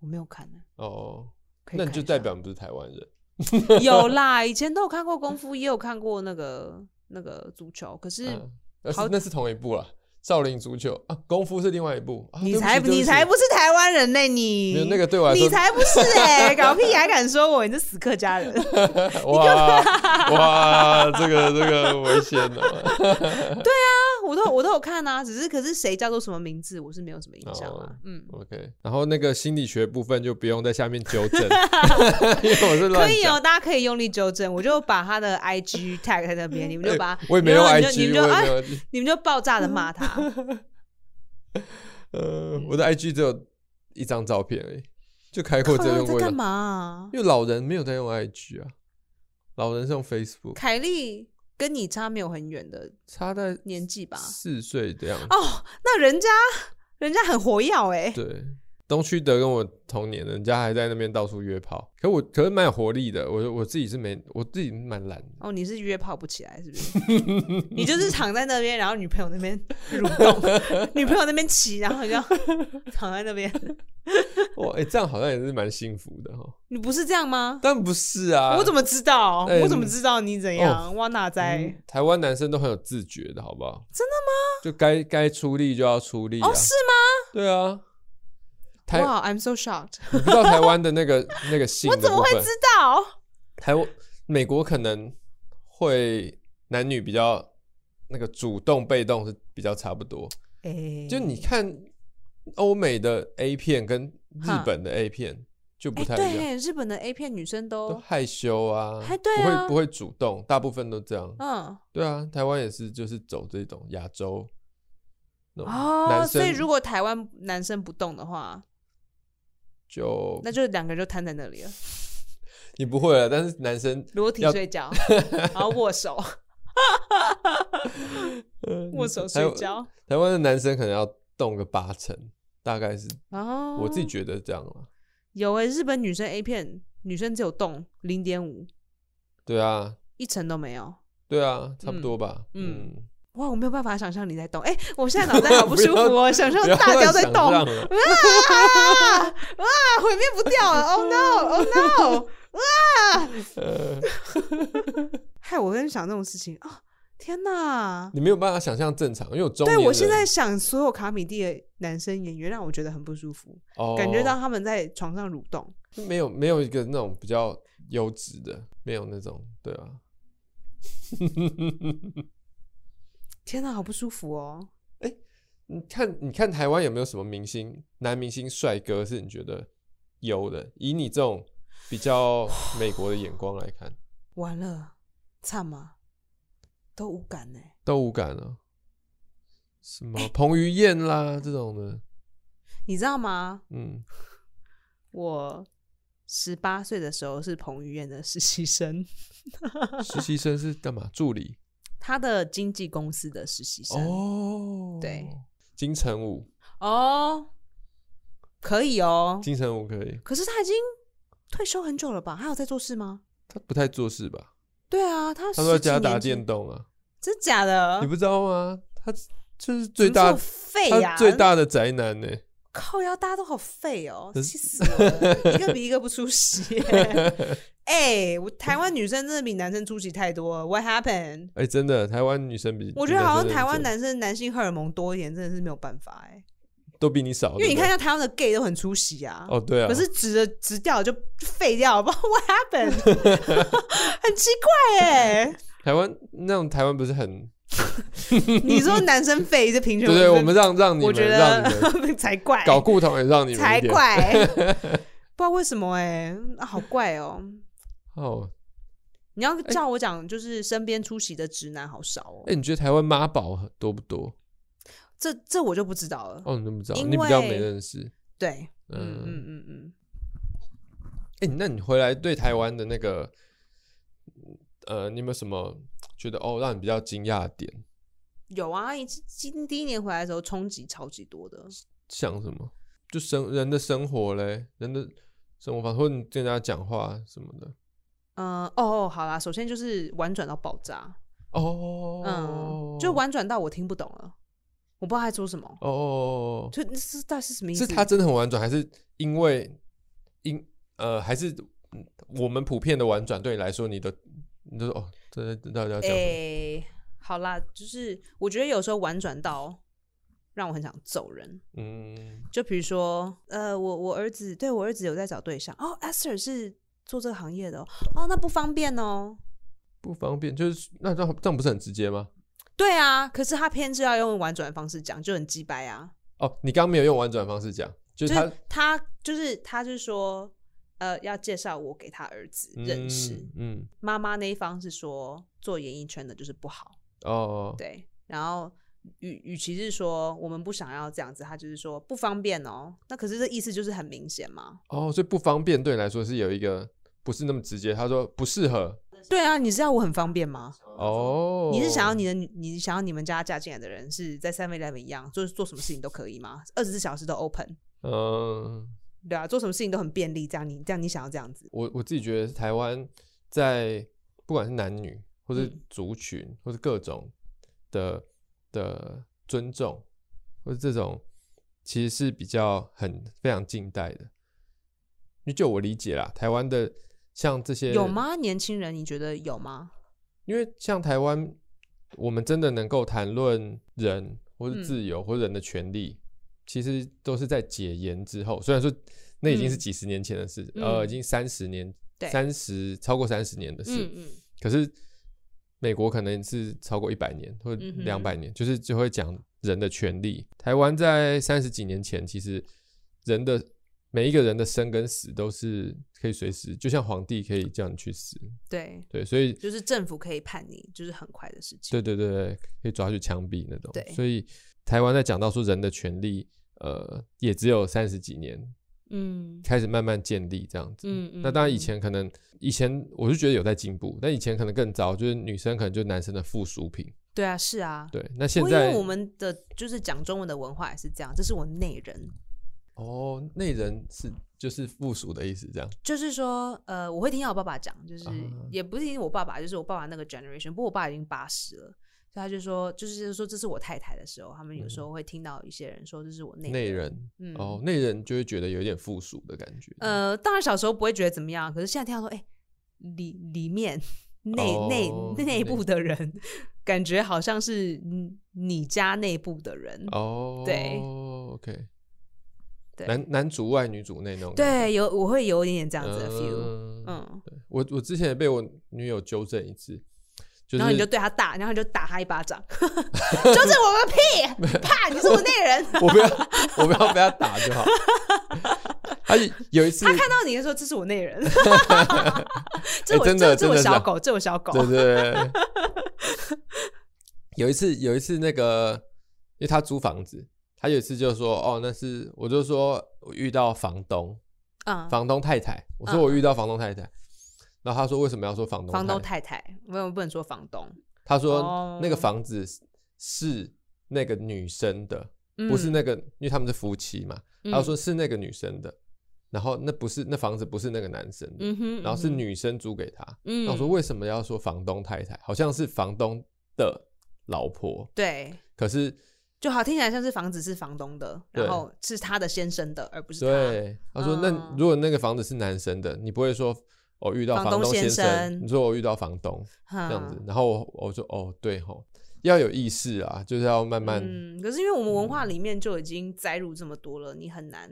Speaker 1: 我没有看呢，
Speaker 2: 哦，
Speaker 1: 可以
Speaker 2: 那你
Speaker 1: 看
Speaker 2: 就
Speaker 1: 一下
Speaker 2: 代表你不是台湾人。
Speaker 1: 有啦，以前都有看过功夫，也有看过那个那个足球，可是
Speaker 2: 嗯，那
Speaker 1: 好
Speaker 2: 是那是同一部啦，《少林足球》啊，《功夫》是另外一部。啊、
Speaker 1: 你
Speaker 2: 对不起
Speaker 1: 才
Speaker 2: 对不
Speaker 1: 你
Speaker 2: 起
Speaker 1: 才不是台湾人呢，你
Speaker 2: 没有那个对我来说，
Speaker 1: 你才不是哎，搞屁还敢说我，你是死客家人。啊
Speaker 2: 哇哇，这个这个危险啊了、
Speaker 1: 我都我都有看啊，只是可是谁叫做什么名字，我是没有什么印象啊
Speaker 2: 哦。
Speaker 1: 嗯，
Speaker 2: OK，然后那个心理学部分就不用在下面纠 正，因为我是乱
Speaker 1: 可以
Speaker 2: 讲。
Speaker 1: 哦，大家可以用力纠正，我就把他的 IG tag 在那边， 你们就把
Speaker 2: 哎，我也没有
Speaker 1: 你们
Speaker 2: IG，
Speaker 1: 就你们就
Speaker 2: 我也
Speaker 1: 哎
Speaker 2: 没有 IG，
Speaker 1: 你们就爆炸的骂他。嗯
Speaker 2: 呃，我的 IG 只有一张照片而已，就 开过只有用
Speaker 1: 在
Speaker 2: 过一
Speaker 1: 干
Speaker 2: 张，
Speaker 1: 嘛啊？
Speaker 2: 因为老人没有在用 IG 啊，老人是用 Facebook，
Speaker 1: 凯莉跟你差没有很远的
Speaker 2: 差在
Speaker 1: 年纪吧？
Speaker 2: 四岁的样子。
Speaker 1: 哦，那人家人家很活跃哎、
Speaker 2: 对，东区德跟我同年的，人家还在那边到处约炮，可我可是蛮有活力的，我我自己是没，我自己蛮 懒的。
Speaker 1: 哦，你是约炮不起来是不 是？你就是躺在那边，然后女朋友那边蠕 动，女朋友那边骑，然后你就躺在那边。
Speaker 2: 哇，哎、这样好像也是蛮幸福的哈。
Speaker 1: 你不是这样吗？
Speaker 2: 但不是啊，
Speaker 1: 我怎么知道？
Speaker 2: 哎
Speaker 1: 我怎么知道你怎样？我哪在
Speaker 2: 哦嗯？台湾男生都很有自觉的，好不好？真的吗？就该该出力就要出力啊！
Speaker 1: 哦，是
Speaker 2: 对啊，台
Speaker 1: 吗？哇、i m so shocked！
Speaker 2: 你不知道台湾的那个那个性
Speaker 1: 我
Speaker 2: 的
Speaker 1: 怎么
Speaker 2: 部
Speaker 1: 会
Speaker 2: 分
Speaker 1: 知，道？
Speaker 2: 台湾美国可能会男女比较那个主动被动是比较差不多，
Speaker 1: 哎、
Speaker 2: 就你看欧美的 A 片跟日本的 A 片就不
Speaker 1: 哎、
Speaker 2: 太一样，
Speaker 1: 对，日本的 A 片女生
Speaker 2: 都
Speaker 1: 都
Speaker 2: 害羞啊，
Speaker 1: 还对啊
Speaker 2: 不会不会主动，大部分都这样。
Speaker 1: 嗯
Speaker 2: 对啊，台湾也是，就是走这种亚洲那种
Speaker 1: 哦，
Speaker 2: 男
Speaker 1: 所以
Speaker 2: 生
Speaker 1: 如果台湾男生不动的话，
Speaker 2: 就
Speaker 1: 那就两个人就瘫在那里了，
Speaker 2: 你不会了，啊但是男生
Speaker 1: 裸体
Speaker 2: 要
Speaker 1: 睡 觉，然后握手，握手
Speaker 2: 还有
Speaker 1: 睡觉。
Speaker 2: 呃台湾的男生可能要动个八成，大概是
Speaker 1: 哦，
Speaker 2: 我自己觉得这样了。
Speaker 1: 有哎、日本女生 A 片女生只有动零点五，
Speaker 2: 对啊，
Speaker 1: 一成都没有。
Speaker 2: 对啊，差不多吧。
Speaker 1: 嗯
Speaker 2: 嗯，
Speaker 1: 哇，我没有办法想象你在动，哎、我现在脑袋好不
Speaker 2: 不要
Speaker 1: 舒服 哦，想象
Speaker 2: 不要
Speaker 1: 大雕
Speaker 2: 乱
Speaker 1: 在
Speaker 2: 想
Speaker 1: 动，
Speaker 2: 象了
Speaker 1: 啊啊，毁灭不掉了，Oh no，Oh no，
Speaker 2: 呃，
Speaker 1: 害我在想这种事情啊、天哪！
Speaker 2: 你没有办法想象正常，因为我中
Speaker 1: 对
Speaker 2: 年
Speaker 1: 我现在
Speaker 2: 人
Speaker 1: 想所有卡米蒂的男生演员，让我觉得很不舒服，
Speaker 2: 哦
Speaker 1: 感觉到他们在床上蠕动。
Speaker 2: 没有没有一个那种比较优质的，没有那种对啊。
Speaker 1: 天哪，好不舒服哦！
Speaker 2: 你看，你看台湾有没有什么明星男明星帅哥是你觉得有的？以你这种 比较美国的眼光来看，
Speaker 1: 完了，惨嘛，都无感呢。
Speaker 2: 都无感了、什么彭于晏啦这种的，
Speaker 1: 你知道吗？
Speaker 2: 嗯，
Speaker 1: 我十八岁的时候是彭于晏的实习生，
Speaker 2: 实习生是干嘛？助 理
Speaker 1: 他的经纪公司的实习生。
Speaker 2: 哦，
Speaker 1: 啊对，
Speaker 2: 金城武，
Speaker 1: 哦，可以哦。
Speaker 2: 金城武可以，
Speaker 1: 可是他已经退休很久了吧？他有在做事吗？
Speaker 2: 他不太做事吧？
Speaker 1: 对啊，他
Speaker 2: 他都在
Speaker 1: 十几
Speaker 2: 家打
Speaker 1: 年前
Speaker 2: 电，动啊，
Speaker 1: 真假的？
Speaker 2: 你不知道吗？他就是
Speaker 1: 怎
Speaker 2: 最
Speaker 1: 么这么
Speaker 2: 大
Speaker 1: 废呀、
Speaker 2: 他最大的宅男呢、
Speaker 1: 靠腰，大家都好废哦，
Speaker 2: 可是
Speaker 1: 气死我了！一个比一个不出息耶。哎、我台湾女生真的比男生出息太多了。What happened？
Speaker 2: 哎、真的，台湾女生比
Speaker 1: 我觉得好像
Speaker 2: 比
Speaker 1: 台湾
Speaker 2: 生
Speaker 1: 男生男性荷尔蒙多一点，真的是没有办法哎、
Speaker 2: 都比你少，
Speaker 1: 因为你
Speaker 2: 对不
Speaker 1: 看
Speaker 2: 对
Speaker 1: 像台湾的 gay 都很出息啊。
Speaker 2: 哦，对啊，
Speaker 1: 可是直的直掉就就废掉，不知道 what happened，很 奇怪哎、
Speaker 2: 台湾那种台湾不 是很
Speaker 1: 你说男生废这平
Speaker 2: 对
Speaker 1: 权，
Speaker 2: 对，我们让让你
Speaker 1: 我
Speaker 2: 们
Speaker 1: 觉
Speaker 2: 让 你们
Speaker 1: 得才怪，
Speaker 2: 搞固同也让你们
Speaker 1: 才
Speaker 2: 一点
Speaker 1: 怪， 不知道为什么哎、啊好怪哦。
Speaker 2: 哦，
Speaker 1: 你要照我讲，就是身边出席的直男好少哦。
Speaker 2: 哎、你觉得台湾妈宝多不多？
Speaker 1: 这这我就不知道了。
Speaker 2: 哦，你都不知道，
Speaker 1: 因
Speaker 2: 你比较
Speaker 1: 为
Speaker 2: 没认识。
Speaker 1: 对，嗯
Speaker 2: 嗯，
Speaker 1: 嗯嗯嗯，
Speaker 2: 哎、那你回来对台湾的那个，呃，你有没有什么觉得哦让你比较惊讶的点？
Speaker 1: 有啊，一今第一年回来的时候冲击超级多的。
Speaker 2: 像什么？就生人的生活嘞，人的生活方式，或者你跟人家讲话什么的。
Speaker 1: 嗯、哦，好啦，首先就是婉转到爆炸，
Speaker 2: 哦，
Speaker 1: 嗯，就婉转到我听不懂了，我不知道他在说什么，
Speaker 2: 哦哦，哦
Speaker 1: 就这到底是什么意思？
Speaker 2: 是他真的很婉转，还是因为因呃，还是嗯我们普遍的婉转对你来说，你的你就说哦，这这到底要讲什么？
Speaker 1: 诶、哎好啦，就是我觉得有时候婉转到让我很想走人。
Speaker 2: 嗯，
Speaker 1: 就比如说，呃，我我儿子对我儿子有在找对象哦，Esther 是做这个行业的哦，哦那不方便哦。
Speaker 2: 不方便，就是那这样这样不是很直接吗？
Speaker 1: 对啊，可是他偏是要用婉转的方式讲，就很鸡掰啊。
Speaker 2: 哦，你刚刚没有用婉转的方式讲，就
Speaker 1: 就是
Speaker 2: 他
Speaker 1: 是他就是他就是说，呃，要介绍我给他儿子认识。
Speaker 2: 嗯，嗯
Speaker 1: 妈妈那一方是说做演艺圈的就是不好，
Speaker 2: 哦，
Speaker 1: 对，然后与与其是说我们不想要这样子，他就是说不方便哦。那可是这意思就是很明显嘛。
Speaker 2: 哦，所以不方便对你来说是有一个不是那么直接，他说不适合，
Speaker 1: 对啊，你知道我很方便吗？
Speaker 2: 哦，
Speaker 1: 你是想要你的女，你想要你们家嫁进来的人是在三 e l e 一样，就是做什么事情都可以吗？二十四小时都 open，
Speaker 2: 嗯。
Speaker 1: 对啊，做什么事情都很便利，这样你这样你想要这样子，
Speaker 2: 我我自己觉得台湾在不管是男女，或是
Speaker 1: 嗯
Speaker 2: 族群，或是各种的的尊重，或是这种，其实是比较很非常近代的。因为就我理解啦，台湾的像这些
Speaker 1: 有？吗？年轻人，你觉得有吗？
Speaker 2: 因为像台湾，我们真的能够谈论人或是
Speaker 1: 嗯
Speaker 2: 自由、或人的权利，其实都是在解严之后。虽然说那已经是
Speaker 1: 嗯
Speaker 2: 几十年前的事，
Speaker 1: 嗯
Speaker 2: 呃，已经三十年
Speaker 1: 对，
Speaker 2: 三十超过三十年的事。
Speaker 1: 嗯嗯
Speaker 2: 可是美国可能是超过一百年或
Speaker 1: 嗯哼
Speaker 2: 两百年，就是就会讲人的权利。台湾在三十几年前，其实人的每一个人的生跟死都是可以随时，就像皇帝可以叫你去死，
Speaker 1: 对，
Speaker 2: 对，所以
Speaker 1: 就是政府可以判你，就是很快的事情。
Speaker 2: 对对对对，可以抓去枪毙那种
Speaker 1: 对。
Speaker 2: 所以台湾在讲到说人的权利，呃，也只有三十几年
Speaker 1: 嗯
Speaker 2: 开始慢慢建立这样子。
Speaker 1: 嗯嗯
Speaker 2: 那当然，以
Speaker 1: 嗯
Speaker 2: 前可能以前我是觉得有在进步，但以前可能更糟，就是女生可能就是男生的附属品。
Speaker 1: 对啊，是啊。
Speaker 2: 对，那
Speaker 1: 不
Speaker 2: 现
Speaker 1: 过因
Speaker 2: 在
Speaker 1: 为我们的就是讲中文的文化也是这样，这是我内人，
Speaker 2: 哦，内人是就是附属的意思，这样。
Speaker 1: 就是说，呃，我会听到我爸爸讲，就是、
Speaker 2: 啊
Speaker 1: 也不是听我爸爸，就是我爸爸那个 generation，不过我爸已经八十了，所以他就说，就是说这是我太太的时候，他们有时候会听到一些人说这是我内
Speaker 2: 嗯内
Speaker 1: 人，
Speaker 2: 人、
Speaker 1: 嗯，
Speaker 2: 哦，内人就会觉得有点附属的感觉。
Speaker 1: 呃，当然小时候不会觉得怎么样，可是现在听到说，哎、里里面内内
Speaker 2: 哦
Speaker 1: 内
Speaker 2: 内
Speaker 1: 部的人，感觉好像是你你家内部的人，
Speaker 2: 哦，
Speaker 1: 对
Speaker 2: ，OK，
Speaker 1: 对
Speaker 2: 男男主外女主内那种感觉。
Speaker 1: 对，有我会有一点点这样子的 feel，
Speaker 2: 嗯
Speaker 1: 嗯，
Speaker 2: 我我之前也被我女友纠正一次，就
Speaker 1: 然后你就是对他打，然后你就打他一巴 掌， 就是我个屁， 怕你是我内人。
Speaker 2: 我不要我不要被他打就好。他有一次，
Speaker 1: 看到你的时候，这是我内人， 这
Speaker 2: 哎
Speaker 1: 我、
Speaker 2: 真的
Speaker 1: 这这我
Speaker 2: 真的是
Speaker 1: 小
Speaker 2: 啊
Speaker 1: 狗，这我小狗，
Speaker 2: 对对 对。有一次，有一次那个，因为他租房子，他有一次就说：“哦，那是我就说我遇到房东，
Speaker 1: 嗯，
Speaker 2: 房东太太。”我说
Speaker 1: 嗯
Speaker 2: 我遇到房东太太，然后他说为什么要说房东？
Speaker 1: 房东，太太，没有不能说房东，
Speaker 2: 他说
Speaker 1: 哦
Speaker 2: 那个房子是那个女生的，
Speaker 1: 嗯
Speaker 2: 不是那个，因为他们是夫妻嘛。
Speaker 1: 嗯
Speaker 2: 他说是那个女生的，然后那不是那房子不是那个男生的，
Speaker 1: 嗯哼，
Speaker 2: 然后是
Speaker 1: 嗯哼，
Speaker 2: 女生租给他。
Speaker 1: 嗯，
Speaker 2: 那我说为什么要说房东太太？好像是房东的老婆，
Speaker 1: 对，
Speaker 2: 可是
Speaker 1: 就好听起来像是房子是房东的，
Speaker 2: 对
Speaker 1: 然后是他的先生的，而不是他。
Speaker 2: 对他说，那
Speaker 1: 嗯
Speaker 2: 如果那个房子是男生的，你不会说我遇到
Speaker 1: 房
Speaker 2: 房
Speaker 1: 东
Speaker 2: 东
Speaker 1: 先
Speaker 2: 生，
Speaker 1: 生啊
Speaker 2: 你说我遇到房东
Speaker 1: 这
Speaker 2: 这样子，然后我我说哦对吼，要有意识啊，就是要慢慢
Speaker 1: 嗯，可是因为我们文化里面就已经栽入这么多了，你很难。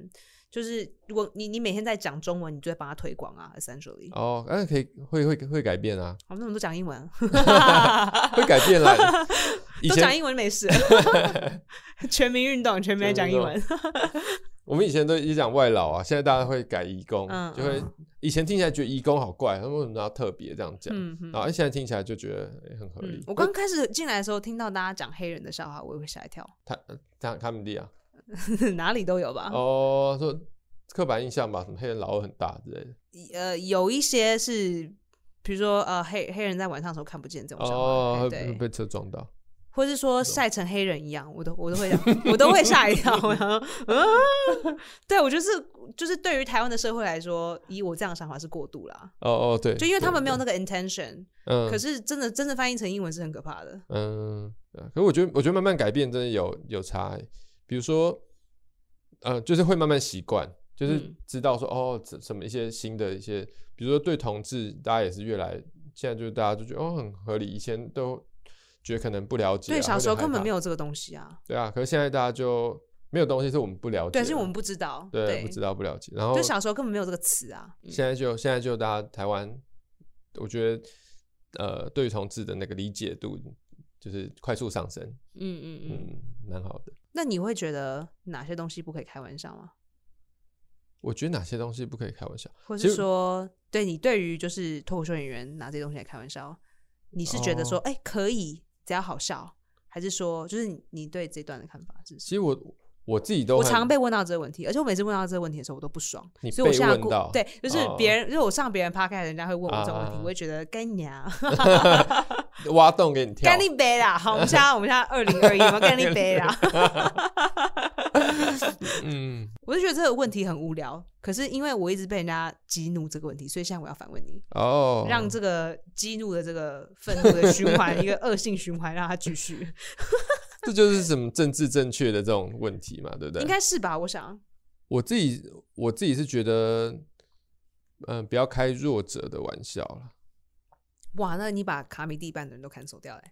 Speaker 1: 就是如果你你每天在讲中文，你就在帮他推广啊，essentially。
Speaker 2: 哦，但是可以会会会改变啊，
Speaker 1: 好，那我们都讲英 文，
Speaker 2: 会改 变啦。以
Speaker 1: 都讲
Speaker 2: 前
Speaker 1: 英文没 事。全民运动，全民在讲英文。
Speaker 2: 我们以前都一直讲外劳啊，现在大家会改移工
Speaker 1: 嗯，
Speaker 2: 就会以前听起来觉得移工好怪，他们为什么要特别这样讲？
Speaker 1: 嗯 嗯
Speaker 2: 然后现在听起来就觉得、诶很合理
Speaker 1: 嗯。，我刚开始进来的时候，听到大家讲黑人的笑话，我也会吓一跳，
Speaker 2: 他他他们弟啊，
Speaker 1: 哪里都有吧。
Speaker 2: 哦，说刻板印象吧，什么黑人老二很大之类的。
Speaker 1: 呃，有一些是，比如说呃，黑黑人在晚上的时候看不见这种笑话，
Speaker 2: 哦，
Speaker 1: 嘿
Speaker 2: 会
Speaker 1: 对
Speaker 2: 被，被车撞到。
Speaker 1: 或是说晒成黑人一样，我都我都会我都会吓一跳，然后嗯，对我就是就是对于台湾的社会来说，以我这样的想法是过度啦，
Speaker 2: 哦哦，对，
Speaker 1: 就因为他
Speaker 2: 对
Speaker 1: 们没有
Speaker 2: 对
Speaker 1: 那个 intention，
Speaker 2: 嗯，
Speaker 1: 可是真的真的翻译成英文是很可怕的，
Speaker 2: 嗯，对啊可是我觉得，我觉得慢慢改变真的有有差欸。比如说，呃，就是会慢慢习惯，就是
Speaker 1: 嗯
Speaker 2: 知道说、哦，怎什么一些新的一些，比如说对同志，大家也是越来现在就是大家就觉得哦很合理，以前都觉得可能不了解、啊，
Speaker 1: 对，小时候根本没
Speaker 2: 有
Speaker 1: 有这个东西啊，
Speaker 2: 对啊，可是现在大家就没有东西是我们不了解的，
Speaker 1: 对，是我们不知道，
Speaker 2: 对不知道不了解，然后
Speaker 1: 就小时候根本没有这个词啊，嗯
Speaker 2: 现在就现在就大家台湾，我觉得呃对于同志的那个理解度就是快速上升，
Speaker 1: 嗯嗯嗯。
Speaker 2: 嗯，蛮好的。
Speaker 1: 那你会觉得哪些东西不可以开玩笑吗？
Speaker 2: 我觉得哪些东西不可以开玩笑？
Speaker 1: 或
Speaker 2: 其
Speaker 1: 是
Speaker 2: 实
Speaker 1: 说，对你对于就是脱口秀演员拿这些东西来开玩笑，你是觉得
Speaker 2: 哦
Speaker 1: 说，哎、可以，只要好笑，还是说，就是你你对这段的看法是
Speaker 2: 其
Speaker 1: 什么？
Speaker 2: 实我我自己都
Speaker 1: 我
Speaker 2: 很
Speaker 1: 常被问到这个问题，而且我每次问到这个问题的时候，我都不爽。
Speaker 2: 你
Speaker 1: 所以我
Speaker 2: 被
Speaker 1: 现在
Speaker 2: 问
Speaker 1: 过
Speaker 2: 到
Speaker 1: 对，就是
Speaker 2: 哦
Speaker 1: 别人，就是我上别人 p o d c a s 人家会问我这种问题，
Speaker 2: 啊
Speaker 1: 我会觉得干你啊，
Speaker 2: 挖洞给你跳
Speaker 1: 干，你杯 啦！好，我们现在我们现在二零二一嘛，干你杯啦！
Speaker 2: 嗯，
Speaker 1: 我就觉得这个问题很无聊，可是因为我一直被人家激怒这个问题，所以现在我要反问你。
Speaker 2: 哦，
Speaker 1: 让这个激怒的这个愤怒的循环，一个恶性循环，让它继续，
Speaker 2: 这就是什么政治正确的这种问题嘛， 对不对？
Speaker 1: 应该是吧？我想，
Speaker 2: 我自己我自己是觉得，嗯、不要开弱者的玩笑了，
Speaker 1: 哇，那你把卡米地半的人都砍走掉嘞、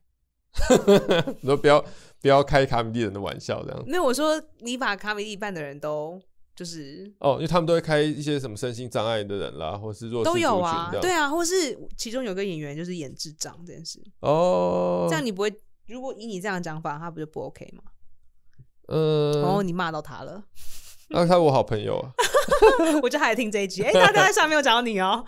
Speaker 2: 你说不要不要开卡米蒂人的玩笑这样。
Speaker 1: 没有，我说你把卡米地半的人都就是
Speaker 2: 哦，因为他们都会开一些什么身心障碍的人啦，或是弱势
Speaker 1: 都有
Speaker 2: 族群
Speaker 1: 啊
Speaker 2: 这，样
Speaker 1: 对啊，或是其中有个演员就是演智障这件事，
Speaker 2: 哦，
Speaker 1: 这样你不会。如果以你这样的讲法，他不就不 OK 吗？
Speaker 2: 嗯，
Speaker 1: 然
Speaker 2: 那、
Speaker 1: 后你骂到他了，
Speaker 2: 他是我好朋友啊，
Speaker 1: 我就还听这一集。哎、他他在上面有讲到你哦、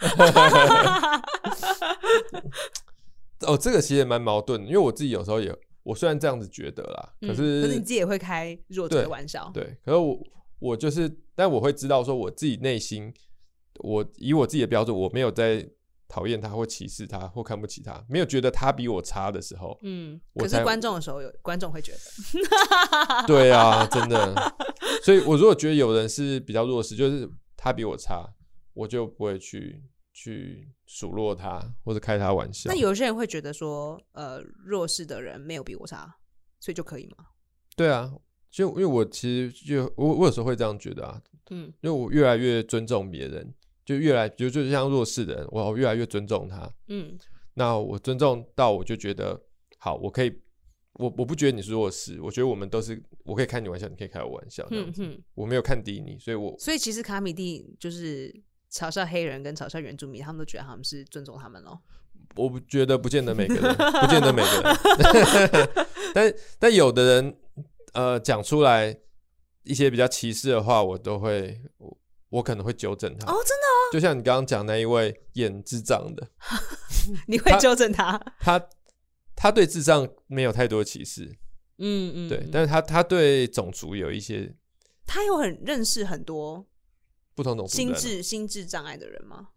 Speaker 2: 哦，这个其实也蛮矛盾的，因为我自己有时候也，我虽然这样子觉得啦，
Speaker 1: 嗯
Speaker 2: 可是、
Speaker 1: 可是你自己也会开弱者的玩笑，，
Speaker 2: 对，可是我我就是，但我会知道说我自己内心，我以我自己的标准，我没有在讨厌他或歧视他或看不起他，没有觉得他比我差的时候
Speaker 1: 嗯。
Speaker 2: 我
Speaker 1: 可是
Speaker 2: 才
Speaker 1: 观众的时候有观众会觉得，
Speaker 2: 对啊，真的，所以我如果觉得有人是比较弱势，就是他比我差，我就不会去去数落他或者开他玩笑。
Speaker 1: 那有些人会觉得说，呃，弱势的人没有比我差，所以就可以吗？
Speaker 2: 对啊，就因为我其实就我我有时候会这样觉得啊，
Speaker 1: 嗯
Speaker 2: 因为我越来越尊重别人，就越来，比如就像弱势的人，我越来越尊重他。
Speaker 1: 嗯
Speaker 2: 那我尊重到，我就觉得好，我可以，我我不觉得你是弱势，我觉得我们都是，我可以开你玩笑，你可以开我玩笑，这样
Speaker 1: 嗯
Speaker 2: 子。
Speaker 1: 哼。
Speaker 2: 我没有看低你，所以我
Speaker 1: 所以其实卡米蒂就是嘲笑黑人跟嘲笑原住民，他们都觉得他们是尊重他们咯。
Speaker 2: 我不觉得不见得每个 人，不见得每个人， 但但有的人呃讲出来一些比较歧视的话，我都会我我可能会纠正他。
Speaker 1: 哦，真
Speaker 2: 就像你刚刚讲那一位演智障的，
Speaker 1: 的，你会
Speaker 2: 他
Speaker 1: 纠正他？
Speaker 2: 他他对智障没有太多歧视，
Speaker 1: 嗯 嗯，
Speaker 2: 对，
Speaker 1: 嗯
Speaker 2: 但是他他对种族有一些
Speaker 1: 他有很认识很多
Speaker 2: 不同种族的
Speaker 1: 心
Speaker 2: 人
Speaker 1: 智心智障碍的人吗？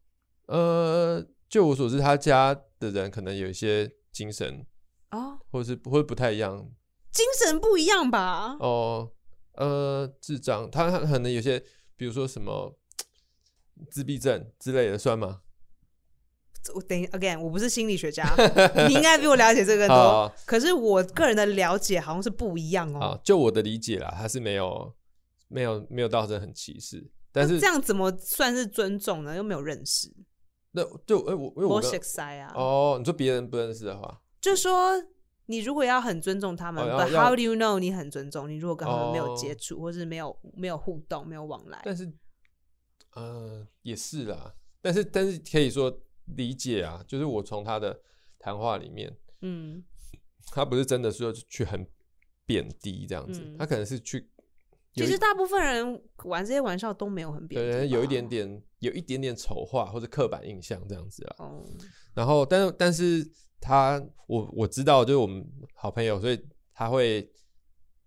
Speaker 2: 呃，就我所知，他家的人可能有一些精神，
Speaker 1: 哦，
Speaker 2: 或是或者不太一样
Speaker 1: 精神不一样吧？
Speaker 2: 哦，呃，智障，他他可能有些，比如说什么自闭症之类的，算吗？
Speaker 1: 我等一 again，我不是心理学家，你应该比我了解这 个更多。
Speaker 2: 啊
Speaker 1: 可是我个人的了解好像是不一样哦
Speaker 2: 啊。，就我的理解啦，他是没有没有没有到真的很歧视，但是
Speaker 1: 这样怎么算是尊重呢？又没有认识，
Speaker 2: 那就哎、我因为我
Speaker 1: 我
Speaker 2: 刚
Speaker 1: 识塞啊。
Speaker 2: 哦，你说别人不认识的话，
Speaker 1: 就说你如果要很尊重他们、
Speaker 2: 哦
Speaker 1: b
Speaker 2: 要
Speaker 1: u t
Speaker 2: 要
Speaker 1: how do you know 你很尊重？你如果跟他们没有
Speaker 2: 哦
Speaker 1: 接触，或是没有没有互动、没有往来，
Speaker 2: 但是呃也是啦，但是但是可以说理解啊，就是我从他的谈话里面，
Speaker 1: 嗯
Speaker 2: 他不是真的说去很贬低这样子，
Speaker 1: 嗯
Speaker 2: 他可能是去有
Speaker 1: 其
Speaker 2: 一
Speaker 1: 实大部分人玩这些玩笑都没有很贬
Speaker 2: 对，
Speaker 1: 低吧
Speaker 2: 有一点。点有一点点丑化或者刻板印象这样子啦。
Speaker 1: 哦，
Speaker 2: 然后，但是但是他我我知道，就是我们好朋友，所以他会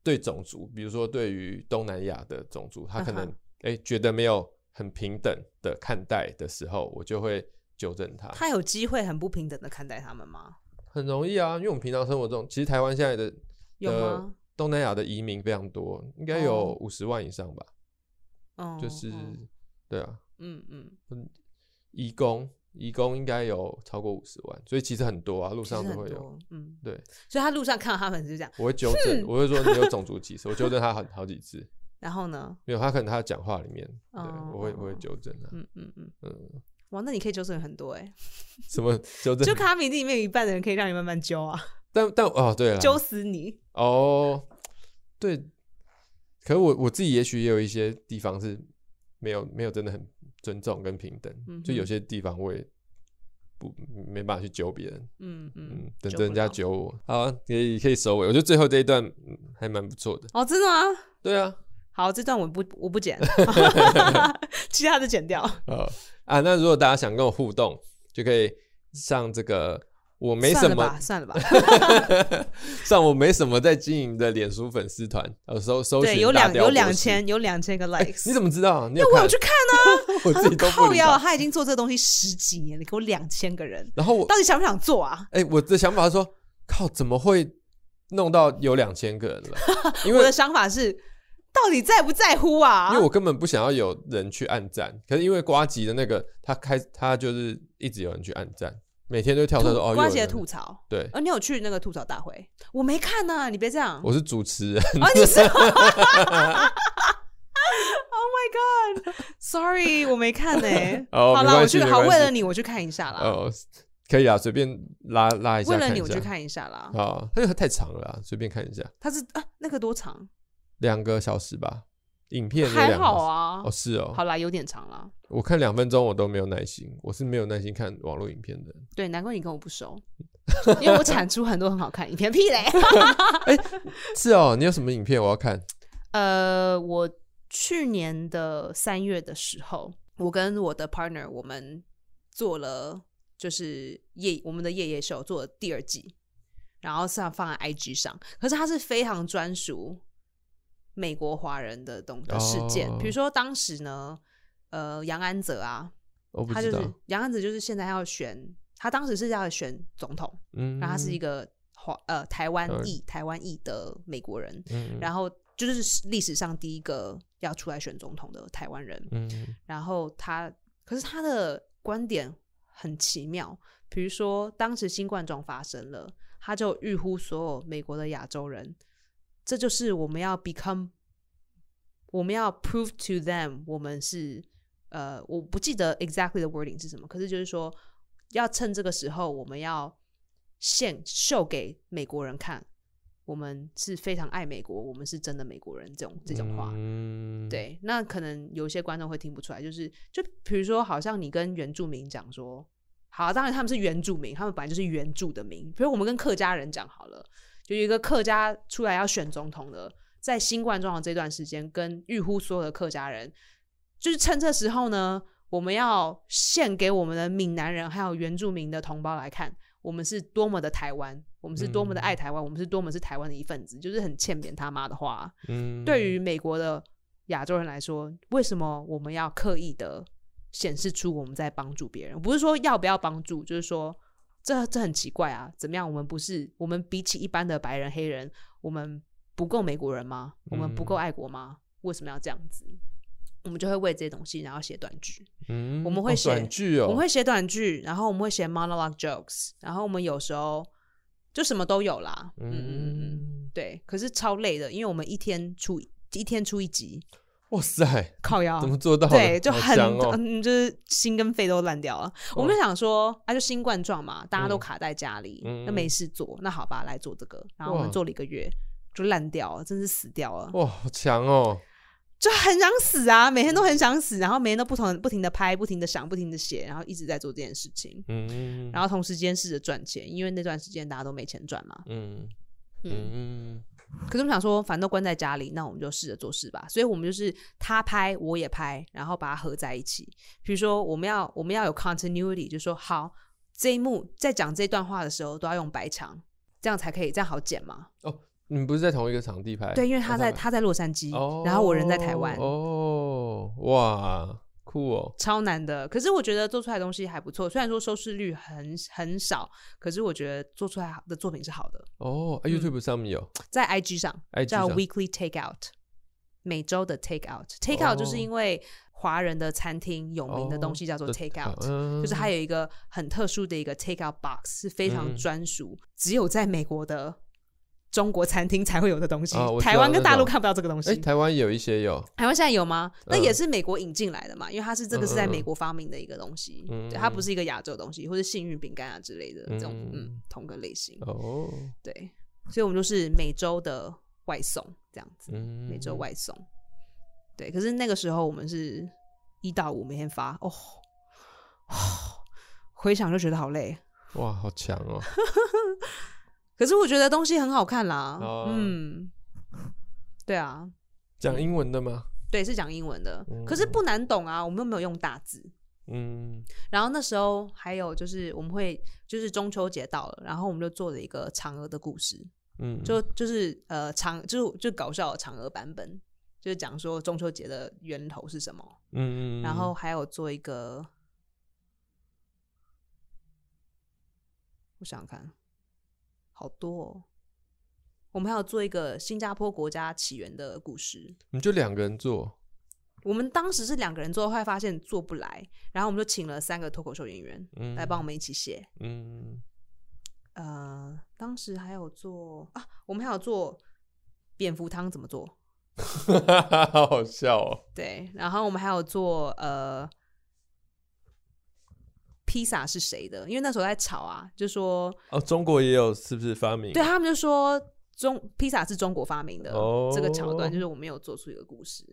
Speaker 2: 对种族，比如说对于东南亚的种族，他可能
Speaker 1: 嗯哼
Speaker 2: 哎、诶觉得没有很平等的看待的时候，我就会纠正他。
Speaker 1: 他有机会很不平等的看待他们吗？
Speaker 2: 很容易啊，因为我们平常生活中，其实台湾现在的
Speaker 1: 有
Speaker 2: 呃
Speaker 1: 吗？
Speaker 2: 东南亚的移民非常多，应该有
Speaker 1: 哦
Speaker 2: 五十万以上吧，
Speaker 1: 哦，
Speaker 2: 就是
Speaker 1: 哦
Speaker 2: 对啊，
Speaker 1: 嗯嗯，
Speaker 2: 移工移工应该有超过五十万，所以其实很多啊，路
Speaker 1: 其实
Speaker 2: 上都
Speaker 1: 很
Speaker 2: 会有。
Speaker 1: 多，嗯，
Speaker 2: 对，
Speaker 1: 所以他路上看到他们就这样，
Speaker 2: 我会纠正，我会说你有种族歧视，我纠正他好好几次。
Speaker 1: 然后呢，
Speaker 2: 没有，他可能他的讲话里面，对，
Speaker 1: 哦
Speaker 2: 我会
Speaker 1: 哦
Speaker 2: 我会
Speaker 1: 哦
Speaker 2: 纠正他，
Speaker 1: 嗯嗯嗯，
Speaker 2: 嗯，
Speaker 1: 哇，那你可以纠正很多 哎，
Speaker 2: 什么纠
Speaker 1: 就
Speaker 2: 正？
Speaker 1: 卡米蒂里面有一半的人可以让你慢慢揪啊，
Speaker 2: 但但哦，对了，
Speaker 1: 揪死你，
Speaker 2: 哦，对，可是我我自己也许也有一些地方是没有没有真的很尊重跟平等，
Speaker 1: 嗯
Speaker 2: 就有
Speaker 1: 哼
Speaker 2: 些地方我也不没办法去揪别人，
Speaker 1: 嗯
Speaker 2: 嗯
Speaker 1: 嗯，，
Speaker 2: 等
Speaker 1: 揪
Speaker 2: 着人
Speaker 1: 不
Speaker 2: 家
Speaker 1: 到
Speaker 2: 揪我，好啊，可以可以收尾，我觉得最后这一段嗯还蛮不错的，
Speaker 1: 哦，真的吗？
Speaker 2: 对啊，
Speaker 1: 好，这段我不我不 剪，其他的剪掉。
Speaker 2: 呃啊，那如果大家想跟我互动，就可以上这个我 没什
Speaker 1: 算了
Speaker 2: 么
Speaker 1: 吧，算了吧。
Speaker 2: 上我没什么在经营的脸书粉丝团，呃，搜搜
Speaker 1: 对，
Speaker 2: 寻
Speaker 1: 有
Speaker 2: 大
Speaker 1: 两
Speaker 2: 雕
Speaker 1: 有
Speaker 2: 博
Speaker 1: 两
Speaker 2: 士，
Speaker 1: 千有两千个 likes。
Speaker 2: 你怎么知道啊？你有
Speaker 1: 那我
Speaker 2: 看
Speaker 1: 有去看
Speaker 2: 我
Speaker 1: 他
Speaker 2: 自己
Speaker 1: 说
Speaker 2: 都不
Speaker 1: 靠
Speaker 2: 理
Speaker 1: 腰，啊他
Speaker 2: 他。
Speaker 1: 已经做这个东西十几年了，给我两千个人，
Speaker 2: 然后我
Speaker 1: 到底想不想做啊？
Speaker 2: 哎、我的想法是说，靠，怎么会弄到有两千个人 了？因
Speaker 1: 我
Speaker 2: 为
Speaker 1: 的想法是，到底在不在乎啊？
Speaker 2: 因为我根本不想要有人去按赞，可是因为瓜吉的那个，他开他就是一直有人去按赞，每天都跳出来说
Speaker 1: 吐
Speaker 2: 哦，
Speaker 1: 瓜
Speaker 2: 又有
Speaker 1: 姐的
Speaker 2: 人
Speaker 1: 吐槽，
Speaker 2: 对，
Speaker 1: 呃，你有去那个吐槽大会？我没看呢、你别这样。
Speaker 2: 我 是主持人，
Speaker 1: 啊，你是？Oh my god! Sorry，我没看呢、
Speaker 2: 哦
Speaker 1: 好
Speaker 2: 没
Speaker 1: 啦，我
Speaker 2: 关系
Speaker 1: 去
Speaker 2: 没
Speaker 1: 好，
Speaker 2: 关
Speaker 1: 为
Speaker 2: 系
Speaker 1: 了你，我去看一下啦。
Speaker 2: 哦，可以啊，随便拉拉一下
Speaker 1: 为
Speaker 2: 看一
Speaker 1: 了
Speaker 2: 下，
Speaker 1: 你，我去看一下啦。
Speaker 2: 啊，那个太长了啊，随便看一下，
Speaker 1: 它是啊，那个多长？
Speaker 2: 两个小时吧，影片有
Speaker 1: 还
Speaker 2: 两个
Speaker 1: 好
Speaker 2: 小时，
Speaker 1: 啊
Speaker 2: 哦，。是哦，
Speaker 1: 好啦，有点长啦。
Speaker 2: 我看两分钟我都没有耐心，我是没有耐心看网络影片的。
Speaker 1: 对，难怪你跟我不熟，因为我产出很多很好看影片。屁嘞！
Speaker 2: 是哦，你有什么影片我要看？
Speaker 1: 呃，我去年的三月的时候，我跟我的 partner 我们做了就是夜我们的夜夜秀做了第二季，然后是要放在 IG 上，可是它是非常专属美国华人的东的事件，比
Speaker 2: 哦
Speaker 1: 如说当时呢，呃，杨安泽啊，
Speaker 2: 我不
Speaker 1: 他
Speaker 2: 知
Speaker 1: 就
Speaker 2: 道，
Speaker 1: 是杨安泽，就是现在要选，他当时是要选总统，
Speaker 2: 嗯，
Speaker 1: 然后他是一
Speaker 2: 个，
Speaker 1: 个华呃台湾
Speaker 2: 台湾
Speaker 1: 裔台湾裔的美国人，
Speaker 2: 嗯
Speaker 1: 然后就是历史上第一个要出来选总统的台湾人。
Speaker 2: 嗯
Speaker 1: 然后他，可是他的观点很奇妙，比如说当时新冠状发生了，他就预呼所有美国的亚洲人，这就是我们要 become，我们要 prove to them 我们是呃，我不记得 exactly 的 wording 是什么，可是就是说要趁这个时候，我们要献秀给美国人看。我们是非常爱美国，我们是真的美国人，这种这种话，
Speaker 2: 嗯，
Speaker 1: 对，那可能有些观众会听不出来，就是就比如说，好像你跟原住民讲说，好，当然他们是原住民，他们本来就是原住的民。比如我们跟客家人讲好了，就有一个客家出来要选总统的，在新冠状的这段时间，跟预呼所有的客家人，就是趁这时候呢，我们要献给我们的闽南人还有原住民的同胞来看，我们是多么的台湾，我们是多么的爱台湾，我们是多么是台湾的一份子，就是很欠扁他妈的话啊、
Speaker 2: 嗯，
Speaker 1: 对于美国的亚洲人来说，为什么我们要刻意的显示出我们在帮助别人？不是说要不要帮助，就是说这这很奇怪啊！怎么样？我们不是我们比起一般的白人、黑人，我们不够美国人吗？我们
Speaker 2: 嗯
Speaker 1: 不够爱国吗？为什么要这样子？我们就会为这些东西，然后写短剧。
Speaker 2: 嗯，
Speaker 1: 我们会
Speaker 2: 哦
Speaker 1: 写
Speaker 2: 短剧哦，
Speaker 1: 我们会写短剧，然后我们会写 monologue jokes，然后我们有时候就什么都有啦。嗯嗯嗯。
Speaker 2: 嗯，
Speaker 1: 对，可是超累的，因为我们一天出一天出一集，
Speaker 2: 哇塞，
Speaker 1: 靠腰
Speaker 2: 怎，么做到的？
Speaker 1: 啊对，就
Speaker 2: 好
Speaker 1: 很、
Speaker 2: 强哦，
Speaker 1: 嗯，就是心跟肺都烂掉了。我们就想说，啊，就新冠状嘛，大家都
Speaker 2: 嗯
Speaker 1: 卡在家里，
Speaker 2: 嗯
Speaker 1: 那没事做，那好吧，来做这个。然后我们
Speaker 2: 哇
Speaker 1: 做了一个月，就烂掉了，真是死掉了，
Speaker 2: 哇，好强哦，
Speaker 1: 就很想死啊，每天都很想死，然后每天都不同不停的拍，不停的想，不停的写，然后一直在做这件事情。
Speaker 2: 嗯，
Speaker 1: 然后同时间试着赚钱，因为那段时间大家都没钱赚嘛。
Speaker 2: 嗯
Speaker 1: 嗯
Speaker 2: 嗯，
Speaker 1: 可是我们想说，反正都关在家里，那我们就试着做事吧。所以我们就是他拍我也拍，然后把它合在一起。比如说，我们要我们要有 continuity，就说好这一幕在讲这段话的时候都要用白墙，这样才可以，这样好剪嘛？
Speaker 2: 你们不是在同一个场地拍？
Speaker 1: 对，因为
Speaker 2: 哦
Speaker 1: 他在
Speaker 2: 们
Speaker 1: 他在洛杉矶，
Speaker 2: 哦，
Speaker 1: 然后我人在台湾，
Speaker 2: 哦，哇，酷哦！
Speaker 1: 超难的。可是我觉得做出来的东西还不错，虽然说收视率很很少，可是我觉得做出来的作品是好的。
Speaker 2: 哦、啊
Speaker 1: 嗯
Speaker 2: y o u t u b e 上面有
Speaker 1: 在 IG 上
Speaker 2: IG
Speaker 1: 叫
Speaker 2: 上
Speaker 1: Weekly Takeout，每周的 Takeout。Takeout
Speaker 2: 哦
Speaker 1: 就是因为华人的餐厅有名的东西叫做 Takeout，、
Speaker 2: 嗯
Speaker 1: 就是它有一个很特殊的一个 Takeout box，是非常
Speaker 2: 嗯
Speaker 1: 专属，只有在美国的中国餐厅才会有的东西。
Speaker 2: 啊我知道
Speaker 1: 台湾跟大
Speaker 2: 那
Speaker 1: 陆
Speaker 2: 种
Speaker 1: 看不到这个东西。
Speaker 2: 哎，台湾有一些有，
Speaker 1: 台湾现在有吗？那
Speaker 2: 嗯
Speaker 1: 也是美国引进来的嘛，因为它是这个是在
Speaker 2: 嗯嗯嗯
Speaker 1: 美国发明的一个东西，
Speaker 2: 嗯
Speaker 1: 对它不是一个亚洲的东西，或是幸运饼干啊之类的这种，嗯
Speaker 2: 嗯
Speaker 1: 同个类型，
Speaker 2: 哦，
Speaker 1: 对，所以我们就是每周的外送这样子，
Speaker 2: 嗯，
Speaker 1: 每周外送，对，可是那个时候我们是一到五每天发，哦，哦回想就觉得好累，
Speaker 2: 哇，好强 哦！
Speaker 1: 可是我觉得东西很好看啦，
Speaker 2: 哦
Speaker 1: 嗯，对啊，
Speaker 2: 讲英文的吗？
Speaker 1: 对，是讲英文的，
Speaker 2: 嗯
Speaker 1: 可是不难懂啊，我们又没有用大字。
Speaker 2: 嗯，
Speaker 1: 然后那时候还有就是我们会就是中秋节到了，然后我们就做了一个嫦娥的故事，
Speaker 2: 嗯，
Speaker 1: 就就是呃嫦就是就搞笑的嫦娥版本，就是讲说中秋节的源头是什么，
Speaker 2: 嗯，嗯
Speaker 1: 然后还有做一个，我想想看，好多哦。我们还有做一个新加坡国家起源的故事，
Speaker 2: 你们就两个人做，
Speaker 1: 我们当时是两个人做，后来发现做不来，然后我们就请了三个脱口秀演员
Speaker 2: 嗯，
Speaker 1: 来帮我，们一起写，
Speaker 2: 嗯，
Speaker 1: 呃，当时还有做啊，我们还有做蝙蝠汤怎么做？
Speaker 2: 好好笑哦，
Speaker 1: 对，然后我们还有做呃，披萨是谁的？因为那时候在吵啊，就说
Speaker 2: 哦，中国也有是不是发明？
Speaker 1: 对啊他们就说中披萨是中国发明的，这个桥段
Speaker 2: 哦
Speaker 1: 就是我们有做出一个故事。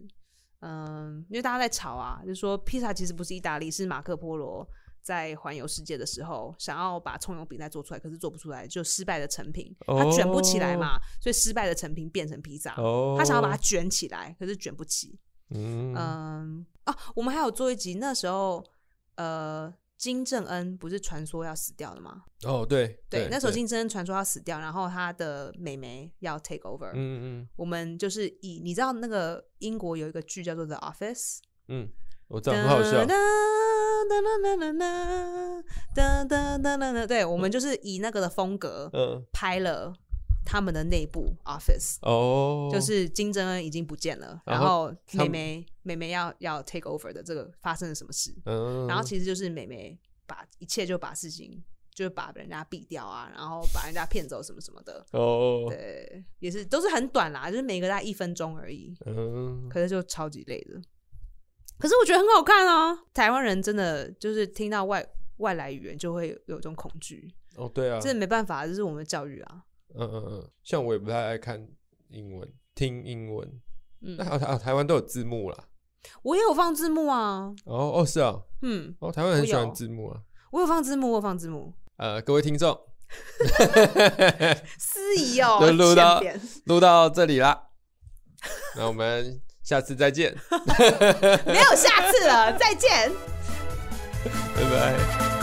Speaker 1: 嗯，因为大家在吵啊，就说披萨其实不是意大利，是马可波罗在环游世界的时候想要把葱油饼再做出来，可是做不出来，就失败的成品，它卷不起来嘛，所以失败的成品变成披萨。
Speaker 2: 哦，
Speaker 1: 他想要把它卷起来，可是卷不起。
Speaker 2: 嗯，
Speaker 1: 嗯，哦、我们还有做一集，那时候呃，金正恩不是传说要死掉了吗？
Speaker 2: 哦，对
Speaker 1: 对，那时候
Speaker 2: 对
Speaker 1: 金正恩传说要死掉，然后他的妹妹要 take over。
Speaker 2: 嗯嗯
Speaker 1: 我们就是以你知道那个英国有一个剧叫做《The Office》，
Speaker 2: 嗯，我知道很好笑
Speaker 1: 哒，哒哒哒哒哒哒哒哒哒对，我们就是以那个的风格
Speaker 2: 嗯，
Speaker 1: 拍了他们的内部 office，
Speaker 2: 哦，
Speaker 1: 就是金正恩已经不见了，
Speaker 2: 然
Speaker 1: 然
Speaker 2: 后
Speaker 1: 后
Speaker 2: 他
Speaker 1: 妹
Speaker 2: 们
Speaker 1: 妹妹妹要要 take over 的这个发生了什么事？
Speaker 2: 嗯，
Speaker 1: 然后其实就是妹妹把一切就把事情就是把人家毙掉啊，然后把人家骗走什么什么的，
Speaker 2: 哦，
Speaker 1: 对，也是都是很短啦，就是每个大概一分钟而已，
Speaker 2: 嗯，
Speaker 1: 可是就超级累的。可是我觉得很好看啊，台湾人真的就是听到外外来语言就会有一种恐惧，
Speaker 2: 哦，对啊，
Speaker 1: 这没办法，这是我们的教育啊。
Speaker 2: 嗯嗯嗯，像我也不太爱看英文，听英文，
Speaker 1: 嗯
Speaker 2: 那，好像啊，台湾都有字幕啦，
Speaker 1: 我也有放字幕啊，
Speaker 2: 哦哦是啊，
Speaker 1: 嗯，
Speaker 2: 哦，台湾很喜
Speaker 1: 我有
Speaker 2: 欢字幕啊，
Speaker 1: 我有放字幕，我有放字幕，
Speaker 2: 呃，各位听众，
Speaker 1: 司仪哦，
Speaker 2: 都 录到
Speaker 1: 欠扁
Speaker 2: 录到这里啦，那我们下次再见，
Speaker 1: 没有下次了，再见。
Speaker 2: 拜拜。